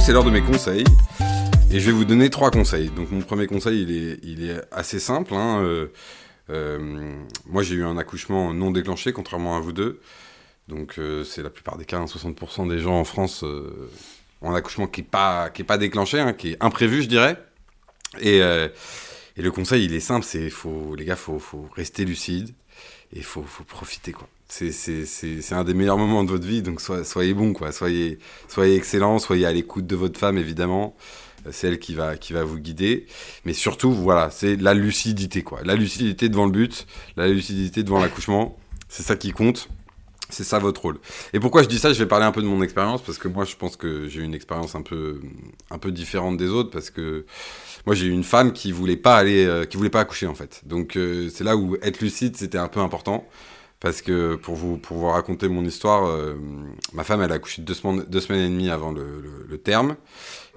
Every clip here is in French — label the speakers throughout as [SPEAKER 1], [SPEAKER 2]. [SPEAKER 1] c'est l'heure de mes conseils. Et je vais vous donner trois conseils. Donc mon premier conseil, il est, il est assez simple. hein, euh, euh, moi, j'ai eu un accouchement non déclenché, contrairement à vous deux. Donc euh, c'est la plupart des cas, hein, 60% des gens en France euh, ont un accouchement qui n'est pas, qui est pas déclenché, hein, qui est imprévu, je dirais. Et, euh, et le conseil, il est simple, c'est faut, les gars, faut, faut rester lucide et faut, faut profiter quoi. C'est- C'est c'est- c'est un des meilleurs moments de votre vie, donc so- soyez bon quoi, soyez, soyez excellent, soyez à l'écoute de votre femme évidemment, Euh, c'est elle qui va, qui va vous guider, mais surtout voilà, c'est la lucidité quoi, la lucidité devant le but, la lucidité devant l'accouchement, c'est ça qui compte, c'est ça votre rôle. Et pourquoi je dis ça, je vais parler un peu de mon expérience parce que moi je pense que j'ai eu une expérience un peu, un peu différente des autres parce que moi, j'ai eu une femme qui voulait pas aller, euh, qui voulait pas accoucher en fait. Donc euh, c'est là où être lucide, c'était un peu important parce que pour vous, pour vous raconter mon histoire, euh, ma femme, elle a accouché deux semaines, deux semaines et demie avant le, le- le terme,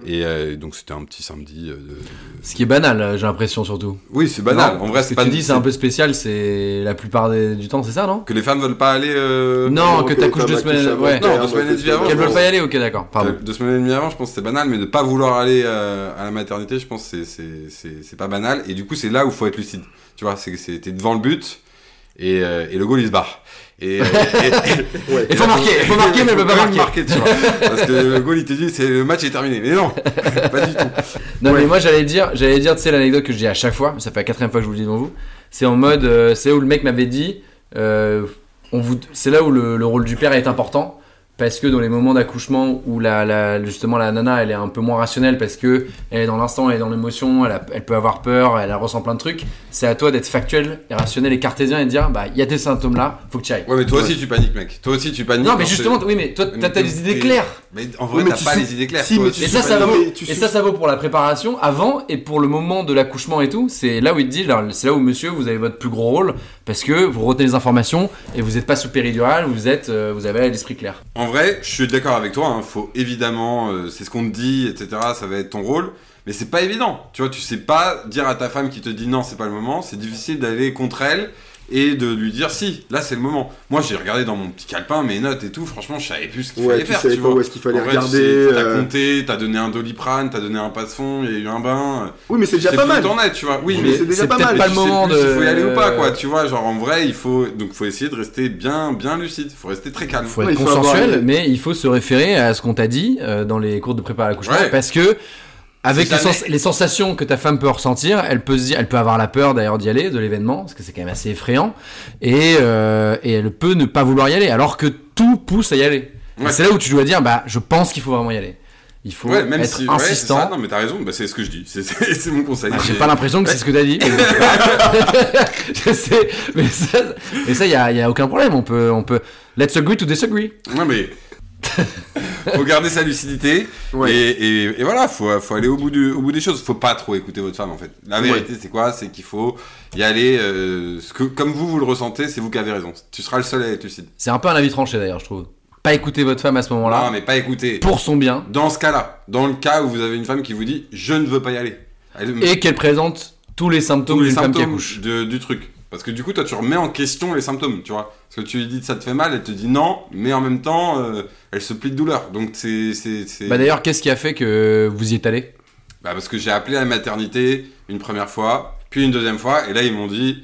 [SPEAKER 1] et euh, donc c'était un petit samedi. euh, de-
[SPEAKER 2] Ce qui est banal, euh, j'ai l'impression surtout.
[SPEAKER 1] Oui, c'est banal.
[SPEAKER 2] Non,
[SPEAKER 1] en vrai,
[SPEAKER 2] ce
[SPEAKER 1] c'est
[SPEAKER 2] que
[SPEAKER 1] pas
[SPEAKER 2] tu dis, c'est un peu spécial, c'est la plupart des- du temps, c'est ça, non
[SPEAKER 1] que les femmes veulent pas aller. euh,
[SPEAKER 2] Non, que
[SPEAKER 3] les
[SPEAKER 2] t'accouches deux
[SPEAKER 3] femmes accouchent
[SPEAKER 2] semaines.
[SPEAKER 3] avant
[SPEAKER 2] ouais.
[SPEAKER 3] le terme,
[SPEAKER 1] Non, deux semaines et demie
[SPEAKER 3] que-
[SPEAKER 1] avant,
[SPEAKER 2] Qu'elles
[SPEAKER 1] je
[SPEAKER 2] veulent
[SPEAKER 1] pense.
[SPEAKER 2] pas y aller, ok, d'accord. Pardon.
[SPEAKER 1] Deux semaines et demie avant, je pense que c'est banal, mais de pas vouloir aller euh, à la maternité, je pense que c'est- c'est- c'est c'est pas banal. Et du coup, c'est là où il faut être lucide. Tu vois, c'est que c'est- t'es devant le but et, euh, et le goal il se barre. Et, euh, et-
[SPEAKER 3] Ouais.
[SPEAKER 1] et
[SPEAKER 2] Il faut
[SPEAKER 1] là,
[SPEAKER 2] marquer, il faut marquer, mais
[SPEAKER 1] faut
[SPEAKER 2] il peut pas
[SPEAKER 1] quand même
[SPEAKER 2] marquer.
[SPEAKER 1] tu vois. Parce que le goal il te dit, c'est le match est terminé. Mais non, pas du tout.
[SPEAKER 2] Non, mais moi j'allais dire, j'allais dire, tu sais, l'anecdote que je dis à chaque fois, mais ça fait la quatrième fois que je vous le dis devant vous, c'est en mode, euh, c'est où le mec m'avait dit, euh, on vous, c'est là où le, le rôle du père est important, parce que dans les moments d'accouchement où la, la- justement la nana elle est un peu moins rationnelle, parce que elle est dans l'instant, elle est dans l'émotion, elle, a- elle peut avoir peur, elle ressent plein de trucs, c'est à toi d'être factuel, et rationnel et cartésien et de dire, bah il y a tes symptômes là, faut que tu ailles.
[SPEAKER 1] Ouais, mais toi aussi tu paniques, mec. Toi aussi tu paniques.
[SPEAKER 2] Non, mais
[SPEAKER 1] quand
[SPEAKER 2] justement,
[SPEAKER 1] t'es-
[SPEAKER 2] oui, mais toi
[SPEAKER 1] Mais
[SPEAKER 2] t'as t'as
[SPEAKER 1] t'es-
[SPEAKER 2] des idées
[SPEAKER 1] t'es-
[SPEAKER 2] claires.
[SPEAKER 1] Mais en
[SPEAKER 3] Oui,
[SPEAKER 1] vrai,
[SPEAKER 3] mais
[SPEAKER 1] t'as
[SPEAKER 3] tu
[SPEAKER 1] pas
[SPEAKER 3] sais-
[SPEAKER 1] les idées claires.
[SPEAKER 3] si,
[SPEAKER 1] toi
[SPEAKER 3] mais
[SPEAKER 1] aussi,
[SPEAKER 3] tu
[SPEAKER 2] Et
[SPEAKER 1] tu
[SPEAKER 2] ça,
[SPEAKER 3] sais
[SPEAKER 1] paniques.
[SPEAKER 2] ça vaut,
[SPEAKER 3] tu
[SPEAKER 2] et
[SPEAKER 3] suis-
[SPEAKER 2] ça, ça vaut pour la préparation avant et pour le moment de l'accouchement et tout. C'est là où il te dit, là, c'est là où monsieur, vous avez votre plus gros rôle parce que vous retenez les informations et vous n'êtes pas sous péridurale, vous êtes, euh, vous avez l'esprit clair.
[SPEAKER 1] En vrai, je suis d'accord avec toi. hein. Faut évidemment, euh, c'est ce qu'on te dit, etc. Ça va être ton rôle, mais c'est pas évident. Tu vois, tu sais pas dire à ta femme qui te dit non, c'est pas le moment. C'est difficile d'aller contre elle et de lui dire si. Là, c'est le moment. Moi, j'ai regardé dans mon petit calepin mes notes et tout. Franchement, je savais plus ce qu'il
[SPEAKER 3] Ouais,
[SPEAKER 1] fallait
[SPEAKER 3] tu
[SPEAKER 1] faire.
[SPEAKER 3] savais
[SPEAKER 1] Tu
[SPEAKER 3] pas
[SPEAKER 1] vois.
[SPEAKER 3] où est-ce qu'il fallait
[SPEAKER 1] En vrai, tu sais,
[SPEAKER 3] regarder.
[SPEAKER 1] T'as
[SPEAKER 3] euh,
[SPEAKER 1] compté, t'as donné un doliprane, t'as donné un passe-fond, il y a eu un bain.
[SPEAKER 3] Oui, mais
[SPEAKER 1] Je
[SPEAKER 3] c'est déjà
[SPEAKER 1] sais
[SPEAKER 3] pas
[SPEAKER 1] plus
[SPEAKER 3] mal.
[SPEAKER 1] où T'en es, tu vois. Oui,
[SPEAKER 3] Mais
[SPEAKER 1] mais
[SPEAKER 3] c'est déjà
[SPEAKER 2] c'est
[SPEAKER 3] pas
[SPEAKER 2] peut-être
[SPEAKER 3] mal.
[SPEAKER 2] Ah,
[SPEAKER 1] tu
[SPEAKER 2] pas le
[SPEAKER 1] sais
[SPEAKER 2] moment
[SPEAKER 1] plus
[SPEAKER 2] de-
[SPEAKER 1] s'il faut y aller ou pas, quoi. Tu vois, genre en vrai, il faut donc faut essayer de rester bien, bien lucide. Faut rester très calme.
[SPEAKER 2] Faut
[SPEAKER 3] Ouais,
[SPEAKER 2] être
[SPEAKER 3] il faut
[SPEAKER 2] consensuel,
[SPEAKER 3] avoir une-
[SPEAKER 2] mais il faut se référer à ce qu'on t'a dit euh, dans les cours de prépa à l'accouchement
[SPEAKER 1] Ouais.
[SPEAKER 2] parce que avec
[SPEAKER 1] C'est
[SPEAKER 2] les,
[SPEAKER 1] jamais-
[SPEAKER 2] sens- les sensations que ta femme peut ressentir, elle peut se dire, elle peut avoir la peur d'ailleurs d'y aller, de l'événement, parce que c'est quand même assez effrayant, et, euh, et elle peut ne pas vouloir y aller, alors que tout pousse à y aller. Et
[SPEAKER 1] Ouais.
[SPEAKER 2] C'est là où tu dois dire, bah, je pense qu'il faut vraiment y aller. Il faut
[SPEAKER 1] Ouais, même
[SPEAKER 2] être
[SPEAKER 1] si, ouais, c'est ça.
[SPEAKER 2] insistant.
[SPEAKER 1] non, mais t'as raison, bah, c'est ce que je dis. C'est- C'est c'est mon conseil.
[SPEAKER 2] Ah, J'ai
[SPEAKER 1] C'est-
[SPEAKER 2] pas l'impression que c'est ce que t'as dit. je sais, mais ça, mais ça, y a, y a aucun problème. On peut, on peut. Let's agree to disagree.
[SPEAKER 1] Non, mais. faut garder sa lucidité.
[SPEAKER 3] Ouais.
[SPEAKER 1] Et, et- et voilà, faut, faut aller au bout, du, au bout des choses. Faut pas trop écouter votre femme, en fait. La vérité, c'est quoi C'est qu'il faut y aller. euh, ce que, comme vous, vous le ressentez, c'est vous qui avez raison. Tu seras le seul à être lucide.
[SPEAKER 2] C'est un peu un avis tranché d'ailleurs, je trouve. Pas écouter votre femme à ce
[SPEAKER 1] Voilà.
[SPEAKER 2] moment-là,
[SPEAKER 1] mais pas écouter.
[SPEAKER 2] pour son bien,
[SPEAKER 1] Dans ce cas-là, dans le cas où vous avez une femme qui vous dit je ne veux pas y aller. Elle,
[SPEAKER 2] et qu'elle présente tous les symptômes
[SPEAKER 1] Mm. tous les
[SPEAKER 2] d'une femme qui
[SPEAKER 1] symptômes
[SPEAKER 2] accouche.
[SPEAKER 1] de- du truc. Parce que du coup, toi, tu remets en question les symptômes, tu vois. Parce que tu lui dis que ça te fait mal, elle te dit non, mais en même temps, euh, elle se plie de douleur. Donc c'est. c'est- c'est-
[SPEAKER 2] Bah d'ailleurs, qu'est-ce qui a fait que vous y êtes allé
[SPEAKER 1] Bah, parce que j'ai appelé à la maternité une première fois, puis une deuxième fois, et là, ils m'ont dit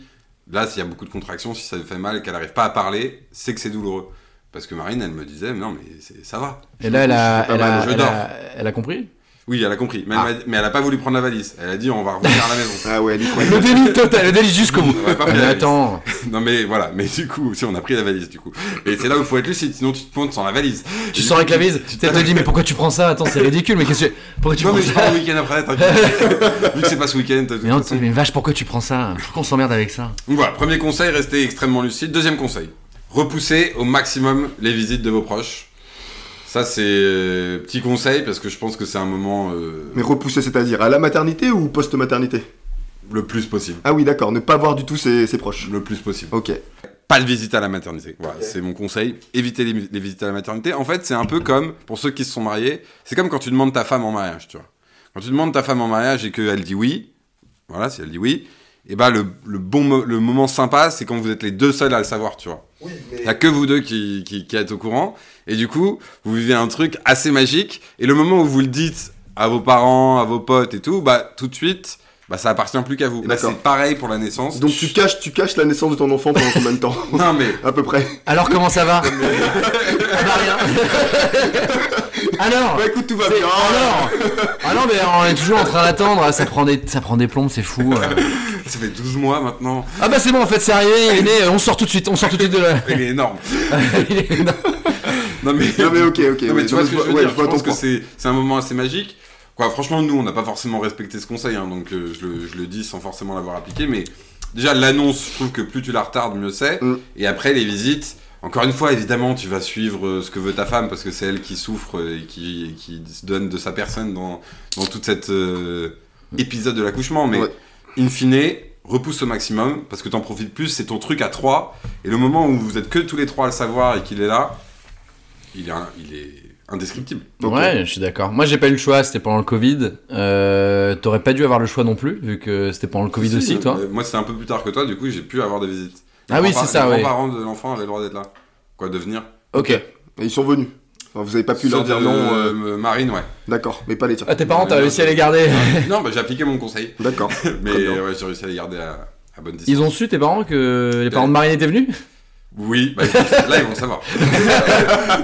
[SPEAKER 1] là, s'il y a beaucoup de contractions, si ça te fait mal, qu'elle n'arrive pas à parler, c'est que c'est douloureux. Parce que Marine, elle me disait non, mais c'est- ça va.
[SPEAKER 2] Et là, elle a,
[SPEAKER 3] c'est pas
[SPEAKER 2] elle,
[SPEAKER 3] mal,
[SPEAKER 2] a,
[SPEAKER 1] je
[SPEAKER 2] elle,
[SPEAKER 1] dors.
[SPEAKER 2] a, elle a compris
[SPEAKER 1] Oui, elle a compris, mais,
[SPEAKER 2] Ah.
[SPEAKER 1] elle, m'a dit- mais elle a pas voulu prendre la valise. Elle a dit on va revenir à la maison.
[SPEAKER 3] Ah ouais, elle y croyait.
[SPEAKER 2] Le délit total, le délit jusqu'au bout.
[SPEAKER 1] Ouais, pas pris
[SPEAKER 2] Mais
[SPEAKER 1] la
[SPEAKER 2] attends,
[SPEAKER 1] Non mais voilà, mais du coup, si on a pris la valise du coup. Et c'est là où il faut être lucide, sinon tu te pointes sans la valise.
[SPEAKER 2] tu sors avec la valise,
[SPEAKER 1] Tu
[SPEAKER 2] elle te dit mais pourquoi tu prends ça Attends, c'est ridicule, mais qu'est-ce que pourquoi tu
[SPEAKER 1] Non
[SPEAKER 2] prends
[SPEAKER 1] mais je
[SPEAKER 2] ça
[SPEAKER 1] pars le week-end après, t'inquiète. Vu que c'est pas ce week-end, de toute
[SPEAKER 2] Mais non,
[SPEAKER 1] façon.
[SPEAKER 2] mais vache, pourquoi tu prends ça Pourquoi on s'emmerde avec ça
[SPEAKER 1] Donc voilà, premier conseil, restez extrêmement lucide. Deuxième conseil, repoussez au maximum les visites de vos proches. Ça c'est euh, petit conseil parce que je pense que c'est un moment euh,
[SPEAKER 3] Mais repousser, c'est-à-dire à la maternité ou post-maternité
[SPEAKER 1] le plus possible.
[SPEAKER 3] Ah oui, d'accord, ne pas voir du tout ses, ses proches.
[SPEAKER 1] Le plus possible.
[SPEAKER 3] Ok.
[SPEAKER 1] pas le visite à la maternité. Voilà, c'est mon conseil. Évitez les, les visites à la maternité. En fait, c'est un peu comme, pour ceux qui se sont mariés, c'est comme quand tu demandes ta femme en mariage, tu vois. Quand tu demandes ta femme en mariage et qu'elle dit oui, voilà, si elle dit oui, et bah le, le bon mo- le moment sympa, c'est quand vous êtes les deux seuls à le savoir, tu vois.
[SPEAKER 4] Oui,
[SPEAKER 1] Il
[SPEAKER 4] mais
[SPEAKER 1] n'y a que vous deux qui, qui, qui êtes au courant. Et du coup, vous vivez un truc assez magique. Et le moment où vous le dites à vos parents, à vos potes et tout, bah, tout de suite, bah, ça appartient plus qu'à vous. Bah,
[SPEAKER 3] D'accord.
[SPEAKER 1] c'est pareil pour la naissance.
[SPEAKER 3] Donc tu caches, tu caches la naissance de ton enfant pendant combien de temps
[SPEAKER 1] Non, mais
[SPEAKER 3] À peu près.
[SPEAKER 2] Alors comment ça va Bah, rien. Alors
[SPEAKER 3] Bah écoute, tout va
[SPEAKER 2] c'est-
[SPEAKER 3] bien.
[SPEAKER 2] alors Ah non mais on est toujours en train d'attendre, ça prend des, ça prend des plombes, c'est fou. euh.
[SPEAKER 1] ça fait 12 mois maintenant.
[SPEAKER 2] Ah bah c'est bon en fait c'est arrivé, il est né, euh, on sort tout de suite, on sort tout de suite de la...
[SPEAKER 1] Il est énorme.
[SPEAKER 2] Il est- non.
[SPEAKER 1] Non, mais,
[SPEAKER 3] Non mais ok, ok.
[SPEAKER 1] Non, mais
[SPEAKER 3] ouais,
[SPEAKER 1] tu vois
[SPEAKER 3] non,
[SPEAKER 1] ce que je veux
[SPEAKER 3] ouais,
[SPEAKER 1] dire. Je
[SPEAKER 3] vois ton
[SPEAKER 1] pense que
[SPEAKER 3] point.
[SPEAKER 1] c'est c'est un moment assez magique. Quoi, franchement, nous, on n'a pas forcément respecté ce conseil. hein, donc, euh, je, le, je le dis sans forcément l'avoir appliqué. Mais déjà, l'annonce, je trouve que plus tu la retardes, mieux c'est.
[SPEAKER 3] Mm.
[SPEAKER 1] Et après, les visites. Encore une fois, évidemment, tu vas suivre euh, ce que veut ta femme parce que c'est elle qui souffre euh, et qui, et qui se donne de sa personne dans, dans tout cet euh, épisode de l'accouchement. Mais
[SPEAKER 3] Ouais.
[SPEAKER 1] in fine, repousse au maximum parce que t'en profites plus. C'est ton truc à trois. Et le moment où vous êtes que tous les trois à le savoir et qu'il est là, il est, un- il est indescriptible.
[SPEAKER 3] Ok.
[SPEAKER 2] Ouais, je suis d'accord. Moi j'ai pas eu le choix, c'était pendant le Covid. Euh, T'aurais pas dû avoir le choix non plus, vu que c'était pendant le Covid
[SPEAKER 1] Si,
[SPEAKER 2] aussi,
[SPEAKER 1] euh,
[SPEAKER 2] toi.
[SPEAKER 1] euh, Moi, c'était un peu plus tard que toi, du coup, j'ai pu avoir des visites.
[SPEAKER 2] Ah oui, c'est ça,
[SPEAKER 1] Les
[SPEAKER 2] ouais.
[SPEAKER 1] grands-parents de l'enfant avaient le droit d'être là. Quoi, de venir
[SPEAKER 2] Ok.
[SPEAKER 3] Et ils sont venus. Enfin, vous avez pas pu leur
[SPEAKER 1] Ceux de-
[SPEAKER 3] dire non. euh,
[SPEAKER 1] euh, Marine, ouais.
[SPEAKER 3] D'accord, mais pas les tiens.
[SPEAKER 2] Ah, tes parents, t'as réussi à les garder.
[SPEAKER 1] non, bah, j'ai appliqué mon conseil.
[SPEAKER 3] D'accord.
[SPEAKER 1] Mais
[SPEAKER 3] Très bien.
[SPEAKER 1] ouais, j'ai réussi à les garder à, à bonne distance.
[SPEAKER 2] Ils ont su, tes parents, que les parents de Marine étaient venus
[SPEAKER 1] Oui, bah, écoute, là, ils vont le savoir.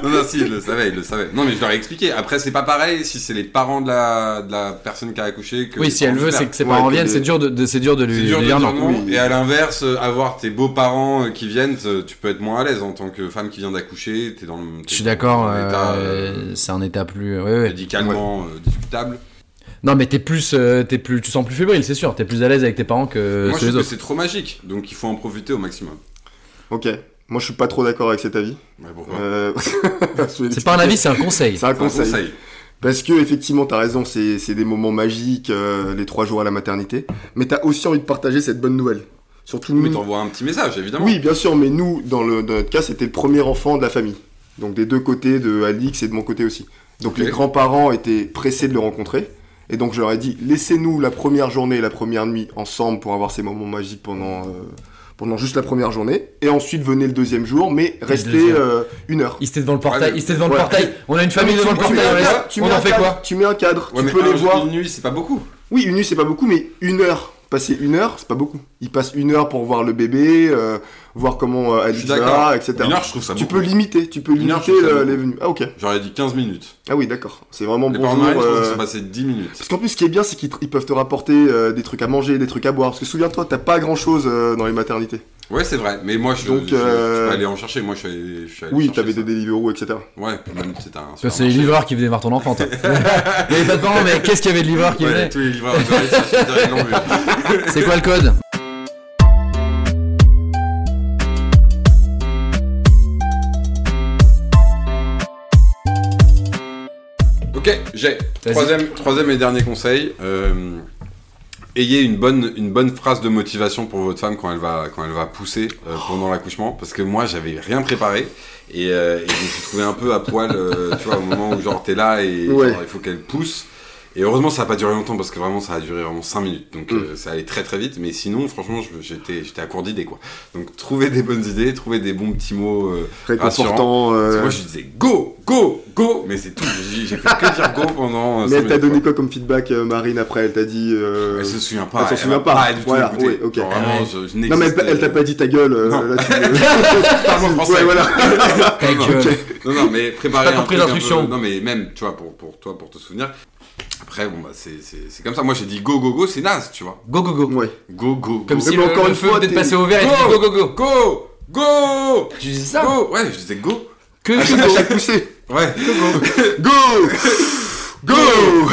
[SPEAKER 1] non, non, si, ils le savaient, ils le savaient. Non, mais je leur ai expliqué. Après, c'est pas pareil si c'est les parents de la, de la personne qui a accouché. Que
[SPEAKER 2] Oui,
[SPEAKER 1] les
[SPEAKER 2] si elle
[SPEAKER 1] parents
[SPEAKER 2] veut,
[SPEAKER 1] du père.
[SPEAKER 2] c'est que ses
[SPEAKER 3] Ouais,
[SPEAKER 2] parents
[SPEAKER 3] que
[SPEAKER 2] viennent,
[SPEAKER 3] les-
[SPEAKER 2] c'est dur de, de- c'est dur de lui
[SPEAKER 1] C'est dur de
[SPEAKER 2] dire
[SPEAKER 1] dire
[SPEAKER 2] non.
[SPEAKER 1] non.
[SPEAKER 3] Oui.
[SPEAKER 1] Et à l'inverse, euh, avoir tes beaux-parents euh, qui viennent, euh, tu peux être moins à l'aise en tant que femme qui vient d'accoucher. T'es dans le.
[SPEAKER 2] Je suis d'accord,
[SPEAKER 1] t'es dans un état,
[SPEAKER 2] euh,
[SPEAKER 1] euh,
[SPEAKER 2] c'est un état plus. ouais, ouais.
[SPEAKER 1] médicalement euh, discutable.
[SPEAKER 2] Non, mais t'es plus, euh, t'es plus, tu sens plus fébrile, c'est sûr. T'es plus à l'aise avec tes parents que
[SPEAKER 1] Moi, je trouve
[SPEAKER 2] ceux des
[SPEAKER 1] que
[SPEAKER 2] Euh, autres.
[SPEAKER 1] c'est trop magique, donc il faut en profiter au maximum.
[SPEAKER 3] Ok. Moi, je suis pas trop d'accord avec cet avis.
[SPEAKER 1] Mais pourquoi
[SPEAKER 3] Euh,
[SPEAKER 2] C'est pas un avis, c'est un conseil.
[SPEAKER 3] C'est un
[SPEAKER 1] C'est un
[SPEAKER 3] conseil. Parce que effectivement, t'as raison, c'est c'est des moments magiques, euh, les trois jours à la maternité. Mais t'as aussi envie de partager cette bonne nouvelle. Surtout
[SPEAKER 1] Mais
[SPEAKER 3] nous.
[SPEAKER 1] t'envoies un petit message, évidemment.
[SPEAKER 3] Mm. Oui, bien sûr, mais nous, dans, le, dans notre cas, c'était le premier enfant de la famille. Donc des deux côtés, de Alix et de mon côté aussi. Donc
[SPEAKER 1] Ok.
[SPEAKER 3] les grands-parents étaient pressés de le rencontrer. Et donc je leur ai dit, laissez-nous la première journée et la première nuit ensemble pour avoir ces moments magiques pendant, euh, pendant juste la première journée. Et ensuite venez le deuxième jour, mais restez
[SPEAKER 2] deuxième.
[SPEAKER 3] euh, une heure.
[SPEAKER 2] Ils étaient devant le portail,
[SPEAKER 1] Ouais, mais-
[SPEAKER 2] ils étaient devant le
[SPEAKER 3] Ouais. Ah,
[SPEAKER 2] portail. On a une famille devant le
[SPEAKER 3] Tu mets
[SPEAKER 2] portail,
[SPEAKER 3] un
[SPEAKER 2] on laisse-
[SPEAKER 3] cadre, tu
[SPEAKER 2] on
[SPEAKER 3] mets
[SPEAKER 2] en
[SPEAKER 3] un
[SPEAKER 2] fait
[SPEAKER 3] cadre,
[SPEAKER 2] quoi
[SPEAKER 3] Tu mets un cadre,
[SPEAKER 1] Ouais,
[SPEAKER 3] tu
[SPEAKER 1] mais
[SPEAKER 3] peux
[SPEAKER 1] un
[SPEAKER 3] les
[SPEAKER 1] jour,
[SPEAKER 3] voir.
[SPEAKER 1] Une nuit, c'est pas beaucoup.
[SPEAKER 3] Oui, une nuit, c'est pas beaucoup, mais une heure. Passer une heure, c'est pas beaucoup. Ils passent une heure pour voir le bébé, euh, voir comment euh,
[SPEAKER 1] Je suis
[SPEAKER 3] Alix
[SPEAKER 1] d'accord.
[SPEAKER 3] va, etc.
[SPEAKER 1] Une heure, je trouve ça
[SPEAKER 3] tu
[SPEAKER 1] beaucoup.
[SPEAKER 3] peux limiter, tu peux
[SPEAKER 1] Une heure, je
[SPEAKER 3] limiter
[SPEAKER 1] trouve ça
[SPEAKER 3] le-
[SPEAKER 1] beaucoup.
[SPEAKER 3] les venues. Ah ok.
[SPEAKER 1] J'aurais dit 15 minutes.
[SPEAKER 3] Ah oui, d'accord. C'est vraiment
[SPEAKER 1] Les
[SPEAKER 3] bonjour.
[SPEAKER 1] parents de Marine, je trouve
[SPEAKER 3] euh,
[SPEAKER 1] que ça passait 10 minutes.
[SPEAKER 3] Parce qu'en plus, ce qui est bien, c'est qu'ils te- ils peuvent te rapporter euh, des trucs à manger, des trucs à boire. Parce que souviens-toi, t'as pas grand-chose euh, dans les maternités.
[SPEAKER 1] Ouais, c'est vrai. Mais moi, je,
[SPEAKER 3] Donc,
[SPEAKER 1] je- je
[SPEAKER 3] euh,
[SPEAKER 1] peux aller en chercher. Moi, je suis allé. je suis allé
[SPEAKER 3] Oui,
[SPEAKER 1] chercher
[SPEAKER 3] t'avais
[SPEAKER 1] ça.
[SPEAKER 3] des Deliveroo, etc.
[SPEAKER 1] Ouais, même c'était un.
[SPEAKER 2] Toi, C'est les livreurs qui venaient voir ton enfant, toi. Il y avait pas de parents, mais qu'est-ce qu'il y avait de livreurs qui
[SPEAKER 1] Ouais,
[SPEAKER 2] venaient
[SPEAKER 1] tous les livreurs de Noël, ça, je te dirais, ils l'ont vu.
[SPEAKER 2] C'est quoi le code
[SPEAKER 1] Ok, j'ai.
[SPEAKER 2] Vas-y.
[SPEAKER 1] Troisième, troisième et dernier conseil. euh, ayez une bonne, une bonne phrase de motivation pour votre femme quand elle va, quand elle va pousser
[SPEAKER 3] Oh.
[SPEAKER 1] euh, pendant l'accouchement. Parce que moi, j'avais rien préparé. Et, euh, et je me suis trouvé un peu à poil, euh, tu vois, au moment où genre t'es là et
[SPEAKER 3] Ouais.
[SPEAKER 1] genre, il faut qu'elle pousse. Et heureusement, ça n'a pas duré longtemps parce que vraiment, ça a duré vraiment 5 minutes. Donc,
[SPEAKER 3] Mm.
[SPEAKER 1] euh, ça allait très très vite. Mais sinon, franchement, je- j'étais j'étais à court d'idées quoi. Donc, trouvez des bonnes idées, trouvez des bons petits mots. euh,
[SPEAKER 3] Réconfortant. euh,
[SPEAKER 1] parce que Moi je disais go, go, go, mais c'est tout. J'ai j'ai fait que dire go pendant. euh,
[SPEAKER 3] Mais
[SPEAKER 1] cinq
[SPEAKER 3] elle t'a
[SPEAKER 1] minutes,
[SPEAKER 3] donné
[SPEAKER 1] quoi.
[SPEAKER 3] quoi comme feedback, euh, Marine, après Elle t'a dit. euh,
[SPEAKER 1] Elle se souvient pas.
[SPEAKER 3] elle s'en souvient
[SPEAKER 1] va
[SPEAKER 3] pas.
[SPEAKER 1] du tout
[SPEAKER 3] Voilà,
[SPEAKER 1] écouté.
[SPEAKER 3] oui, ok. Ah
[SPEAKER 1] Genre, vraiment,
[SPEAKER 2] Ouais.
[SPEAKER 1] je, je
[SPEAKER 3] Non, mais elle,
[SPEAKER 1] n'existe-
[SPEAKER 3] t'a- elle t'a pas dit ta gueule. euh,
[SPEAKER 1] Non.
[SPEAKER 3] là, tu-
[SPEAKER 1] Parle-moi français.
[SPEAKER 3] Ouais, voilà.
[SPEAKER 2] Ta
[SPEAKER 1] Non,
[SPEAKER 2] gueule.
[SPEAKER 1] ok. Non, non, mais préparer
[SPEAKER 2] J'ai pas
[SPEAKER 1] un
[SPEAKER 2] compris
[SPEAKER 1] truc un
[SPEAKER 2] l'instruction.
[SPEAKER 1] peu- Non, mais même, tu vois, pour, pour toi, pour te souvenir. Après, bon, bah, c'est- c'est c'est comme ça. Moi, j'ai dit go, go, go, c'est naze, tu vois.
[SPEAKER 2] Go, go, go.
[SPEAKER 3] Ouais.
[SPEAKER 1] Go, go, go.
[SPEAKER 2] Comme si
[SPEAKER 3] mais
[SPEAKER 2] le,
[SPEAKER 3] encore
[SPEAKER 2] le
[SPEAKER 3] une
[SPEAKER 2] feu
[SPEAKER 3] fois,
[SPEAKER 2] venait de
[SPEAKER 3] t'es-
[SPEAKER 2] passer au vert et tu dis
[SPEAKER 1] Go,
[SPEAKER 2] go, go, go.
[SPEAKER 1] Go, go,
[SPEAKER 2] Tu dis ça
[SPEAKER 1] go. Ouais, je disais go.
[SPEAKER 2] Que
[SPEAKER 3] À chaque- à chaque poussée.
[SPEAKER 1] Ouais.
[SPEAKER 3] Go Go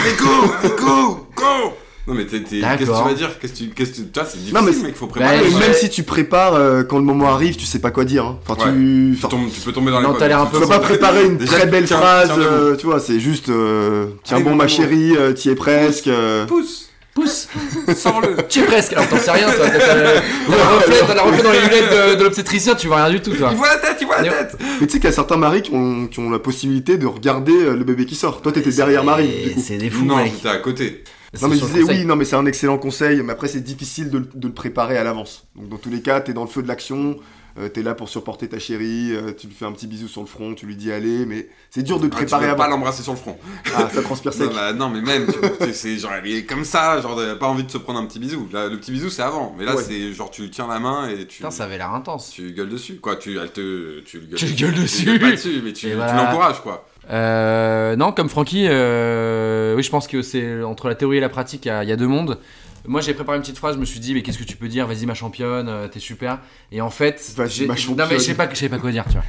[SPEAKER 1] Mais go, go, go. Non, mais t'es- t'es- qu'est-ce que tu
[SPEAKER 2] D'accord.
[SPEAKER 1] vas dire Qu'est-ce que tu. qu'est-ce que tu- Toi, c'est
[SPEAKER 3] Non, mais
[SPEAKER 1] difficile, mec, faut
[SPEAKER 2] Bah,
[SPEAKER 1] préparer.
[SPEAKER 3] Et
[SPEAKER 2] Ouais.
[SPEAKER 3] même si tu prépares, euh, quand le moment arrive, tu sais pas quoi dire. hein. Enfin, tu.
[SPEAKER 1] Tu,
[SPEAKER 3] enfin,
[SPEAKER 1] tombes- tu peux tomber dans les
[SPEAKER 2] Non,
[SPEAKER 1] pommes.
[SPEAKER 2] t'as l'air un
[SPEAKER 3] Tu
[SPEAKER 2] peu-
[SPEAKER 3] vas pas préparer une
[SPEAKER 1] Déjà,
[SPEAKER 3] très belle
[SPEAKER 1] tiens-
[SPEAKER 3] phrase,
[SPEAKER 1] tiens debout.
[SPEAKER 3] euh, tu vois, c'est juste euh, Tiens
[SPEAKER 1] Allez,
[SPEAKER 3] bon ma
[SPEAKER 1] maman.
[SPEAKER 3] chérie, euh, t'y es presque. euh.
[SPEAKER 1] Pousse,
[SPEAKER 2] Pousse
[SPEAKER 1] sors-le.
[SPEAKER 2] Tu es presque Alors t'en sais rien, toi. T'as t'as le t'as le reflet, t'as le reflet dans les lunettes de, de l'obstétricien, tu vois rien du tout, toi.
[SPEAKER 1] Il voit la tête, il voit la
[SPEAKER 2] Allez,
[SPEAKER 1] tête.
[SPEAKER 3] Mais tu sais qu'il y a certains maris qui ont, qui ont la possibilité de regarder euh, le bébé qui sort. Toi t'étais derrière Marie, du
[SPEAKER 2] Eh,
[SPEAKER 3] coup.
[SPEAKER 2] C'est des
[SPEAKER 1] non, j'étais à côté. Ah,
[SPEAKER 3] Non mais je disais oui, non mais c'est un excellent conseil, mais après c'est difficile de, le- de le préparer à l'avance. Donc dans tous les cas, t'es dans le feu de l'action, euh, t'es là pour supporter ta chérie, euh, tu lui fais un petit bisou sur le front, tu lui dis allez, mais c'est dur de
[SPEAKER 1] Ah, tu
[SPEAKER 3] préparer
[SPEAKER 1] vas pas
[SPEAKER 3] avant.
[SPEAKER 1] l'embrasser sur le front.
[SPEAKER 3] Ah, ça transpire sec.
[SPEAKER 1] Non, bah, non, mais même, tu- tu- c'est genre, il est comme ça, genre, euh, pas envie de se prendre un petit bisou. Là, le petit bisou, c'est avant. Mais là,
[SPEAKER 3] Ouais.
[SPEAKER 1] c'est genre, tu tiens la main et tu,
[SPEAKER 2] Putain, ça avait l'air intense.
[SPEAKER 1] tu gueules dessus, quoi. Tu, elle te, tu le gueules,
[SPEAKER 2] Tu le gueules
[SPEAKER 1] tu le gueules pas
[SPEAKER 2] dessus.
[SPEAKER 1] dessus, mais tu,
[SPEAKER 2] Et
[SPEAKER 1] tu
[SPEAKER 2] voilà.
[SPEAKER 1] l'encourages, quoi.
[SPEAKER 2] Euh, non, comme Francky, euh, oui, je pense que c'est entre la théorie et la pratique, il y a- il y, a deux mondes. Moi, j'ai préparé une petite phrase, je me suis dit, mais qu'est-ce que tu peux dire Vas-y, ma championne, euh, t'es super. Et en fait,
[SPEAKER 3] Vas-y,
[SPEAKER 2] j'ai-
[SPEAKER 3] ma
[SPEAKER 2] non, mais
[SPEAKER 3] championne.
[SPEAKER 2] je sais pas, je savais pas quoi dire, tu vois.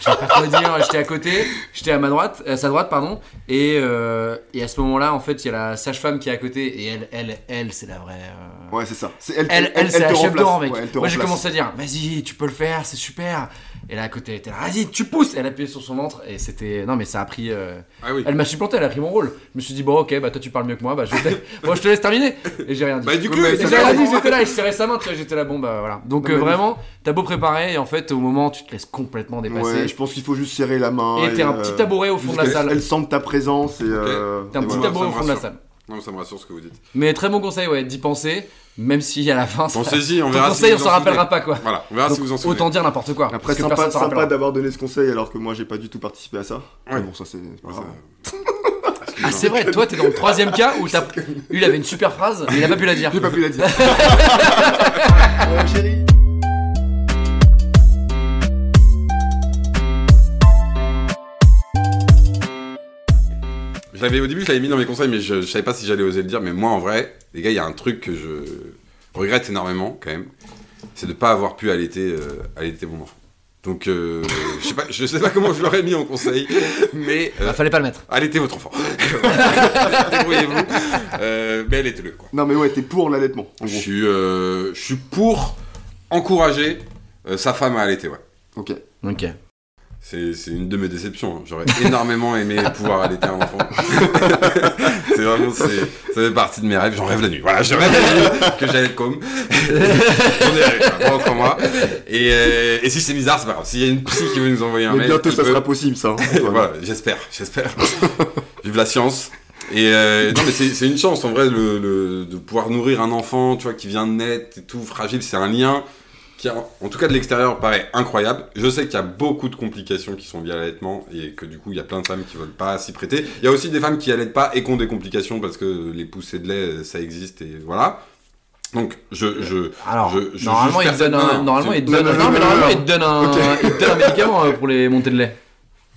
[SPEAKER 2] Je savais pas quoi dire, j'étais à côté, j'étais à ma droite, à sa droite, pardon. Et, euh, et à ce moment-là, en fait, il y a la sage-femme qui est à côté, et elle, elle, elle, c'est la vraie. euh,
[SPEAKER 3] Ouais, c'est ça. C'est elle,
[SPEAKER 2] elle, elle, c'est
[SPEAKER 3] te
[SPEAKER 2] la chef
[SPEAKER 3] remplace.
[SPEAKER 2] d'or, mec.
[SPEAKER 3] Ouais, elle te
[SPEAKER 2] Moi, j'ai
[SPEAKER 3] remplace.
[SPEAKER 2] commencé à dire, vas-y, tu peux le faire, c'est super. Et là, à côté, elle était là, vas-y, tu pousses. Elle appuyait sur son ventre et c'était. Non, mais ça a pris. euh,
[SPEAKER 1] Ah oui.
[SPEAKER 2] Elle m'a supplanté, elle a pris mon rôle. Je me suis dit, bon, ok, bah toi, tu parles mieux que moi, bah je vais te- Bon, je te laisse terminer. Et j'ai rien dit.
[SPEAKER 1] Bah, du coup,
[SPEAKER 3] Ouais, mais
[SPEAKER 2] Et
[SPEAKER 1] ça-
[SPEAKER 2] j'ai rien
[SPEAKER 3] fait-
[SPEAKER 2] dit, j'étais là, il serrait sa main, tu vois, j'étais là, bon, bah voilà. Donc,
[SPEAKER 3] Non,
[SPEAKER 2] euh,
[SPEAKER 3] mais-
[SPEAKER 2] vraiment, t'as beau préparer, et en fait, au moment, tu te laisses complètement dépasser.
[SPEAKER 3] Ouais, je pense qu'il faut juste serrer la main.
[SPEAKER 2] et t'es un
[SPEAKER 3] euh,
[SPEAKER 2] petit tabouret au fond de la
[SPEAKER 1] jusqu'à-
[SPEAKER 2] salle.
[SPEAKER 3] Elle sent ta présence et. euh,
[SPEAKER 2] T'es un
[SPEAKER 3] et
[SPEAKER 2] petit
[SPEAKER 1] Ouais,
[SPEAKER 3] voilà.
[SPEAKER 2] tabouret
[SPEAKER 1] ça
[SPEAKER 2] au
[SPEAKER 1] me
[SPEAKER 2] fond de la
[SPEAKER 1] rassure.
[SPEAKER 2] salle.
[SPEAKER 1] Non, ça me rassure ce que vous dites.
[SPEAKER 2] Mais très bon conseil, ouais, d'y penser, même si à la fin, ça-
[SPEAKER 1] Pensez-y, on
[SPEAKER 2] ton
[SPEAKER 1] verra
[SPEAKER 2] conseil,
[SPEAKER 1] si
[SPEAKER 2] on
[SPEAKER 1] vous
[SPEAKER 2] s'en
[SPEAKER 1] en souvenez.
[SPEAKER 2] rappellera pas, quoi.
[SPEAKER 1] Voilà, on verra Ah,
[SPEAKER 2] Donc,
[SPEAKER 1] si vous en souvenez.
[SPEAKER 2] autant dire n'importe quoi.
[SPEAKER 3] Après,
[SPEAKER 2] parce que personne
[SPEAKER 3] sympa,
[SPEAKER 2] s'en
[SPEAKER 3] sympa
[SPEAKER 2] rappellera.
[SPEAKER 3] d'avoir donné ce conseil alors que moi j'ai pas du tout participé à ça.
[SPEAKER 1] Ouais.
[SPEAKER 3] Mais bon, ça c'est. c'est pas
[SPEAKER 1] Ouais,
[SPEAKER 3] grave.
[SPEAKER 1] ça-
[SPEAKER 2] Ah, c'est vrai, toi, t'es dans le troisième cas où t'as- il avait une super phrase, mais il a pas pu la dire.
[SPEAKER 3] J'ai pas pu la dire. Ouais, chérie.
[SPEAKER 1] Je l'avais au début, je l'avais mis dans mes conseils, mais je, je savais pas si j'allais oser le dire. Mais moi, en vrai, les gars, il y a un truc que je regrette énormément, quand même, c'est de pas avoir pu allaiter, euh, allaiter mon enfant. Donc, euh, je sais pas, je sais pas comment je l'aurais mis en conseil, mais euh,
[SPEAKER 2] Bah, fallait pas le mettre.
[SPEAKER 1] allaitez votre enfant. Débrouillez-vous, euh, mais allaitez-le. Quoi.
[SPEAKER 3] Non, mais ouais, t'es pour l'allaitement en
[SPEAKER 1] Je
[SPEAKER 3] gros.
[SPEAKER 1] suis, euh, je suis pour encourager euh, sa femme à allaiter. Ouais.
[SPEAKER 3] Ok.
[SPEAKER 2] Ok.
[SPEAKER 1] C'est, c'est une de mes déceptions. hein. J'aurais énormément aimé pouvoir allaiter un enfant. c'est vraiment, c'est, ça fait partie de mes rêves. J'en rêve la nuit. Voilà, je rêve la nuit que j'allais être comme. J'en ai rêvé, ça, pendant trois mois. Et, euh, et si c'est bizarre, c'est pas grave. S'il y a une psy qui veut nous envoyer un
[SPEAKER 3] Mais
[SPEAKER 1] mail.
[SPEAKER 3] bientôt
[SPEAKER 1] elle
[SPEAKER 3] ça
[SPEAKER 1] peut.
[SPEAKER 3] sera possible ça. hein,
[SPEAKER 1] Et
[SPEAKER 3] Antoine.
[SPEAKER 1] Voilà, j'espère, j'espère. Vive la science. Et euh, non, mais c'est, c'est une chance en vrai le, le- de pouvoir nourrir un enfant, tu vois, qui vient de naître et tout, fragile. C'est un lien qui, en en tout cas de l'extérieur, paraît incroyable. Je sais qu'il y a beaucoup de complications qui sont liées à l'allaitement et que du coup, il y a plein de femmes qui veulent pas s'y prêter. Il y a aussi des femmes qui allaitent pas et qui ont des complications parce que les poussées de lait, euh, ça existe et voilà. Donc, je, je,
[SPEAKER 2] Alors,
[SPEAKER 1] Je- je
[SPEAKER 2] normalement,
[SPEAKER 1] juge
[SPEAKER 2] il te donne
[SPEAKER 1] personne.
[SPEAKER 2] un,
[SPEAKER 1] Non,
[SPEAKER 2] normalement,
[SPEAKER 1] je-
[SPEAKER 2] il te donne,
[SPEAKER 3] non,
[SPEAKER 2] non,
[SPEAKER 3] non,
[SPEAKER 2] mais
[SPEAKER 3] non,
[SPEAKER 2] normalement,
[SPEAKER 3] non.
[SPEAKER 2] il te donne un,
[SPEAKER 3] Ok.
[SPEAKER 2] il te donne un médicament euh, pour les montées de lait.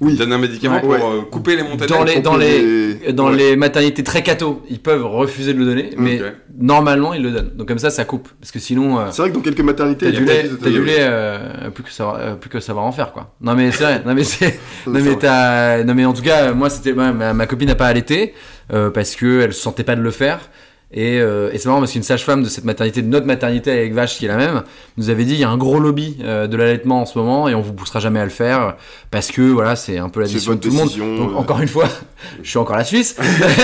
[SPEAKER 1] je donne un médicament
[SPEAKER 3] Ouais.
[SPEAKER 1] pour euh, couper les montagnes.
[SPEAKER 2] Dans les, dans les,
[SPEAKER 3] Et-
[SPEAKER 2] dans
[SPEAKER 3] ouais.
[SPEAKER 2] les maternités très catho, ils peuvent refuser de le donner, mais
[SPEAKER 1] Ok.
[SPEAKER 2] normalement, ils le donnent. Donc comme ça, ça coupe, parce que sinon, euh,
[SPEAKER 3] C'est vrai que dans quelques maternités,
[SPEAKER 2] t'as
[SPEAKER 3] il y a
[SPEAKER 2] du
[SPEAKER 3] pas
[SPEAKER 2] lait,
[SPEAKER 3] plus de-
[SPEAKER 2] t'as du lait, euh, plus que savoir, euh, plus que savoir en faire, quoi. Non mais c'est vrai, non mais c'est,
[SPEAKER 3] Ça,
[SPEAKER 2] Non
[SPEAKER 3] Euh, ça
[SPEAKER 2] mais,
[SPEAKER 3] va.
[SPEAKER 2] t'as- non mais en tout cas, moi c'était ouais, ma, ma copine n'a pas allaité euh, parce que elle se sentait pas de le faire. Et, euh, et c'est marrant parce qu'une sage-femme de cette maternité, de notre maternité avec Vache qui est la même, nous avait dit il y a un gros lobby euh, de l'allaitement en ce moment et on vous poussera jamais à le faire parce que voilà c'est un peu la
[SPEAKER 3] C'est
[SPEAKER 2] décision de
[SPEAKER 3] votre
[SPEAKER 2] tout le monde.
[SPEAKER 3] décision,
[SPEAKER 2] Donc
[SPEAKER 3] ouais.
[SPEAKER 2] encore une fois, je suis encore la Suisse.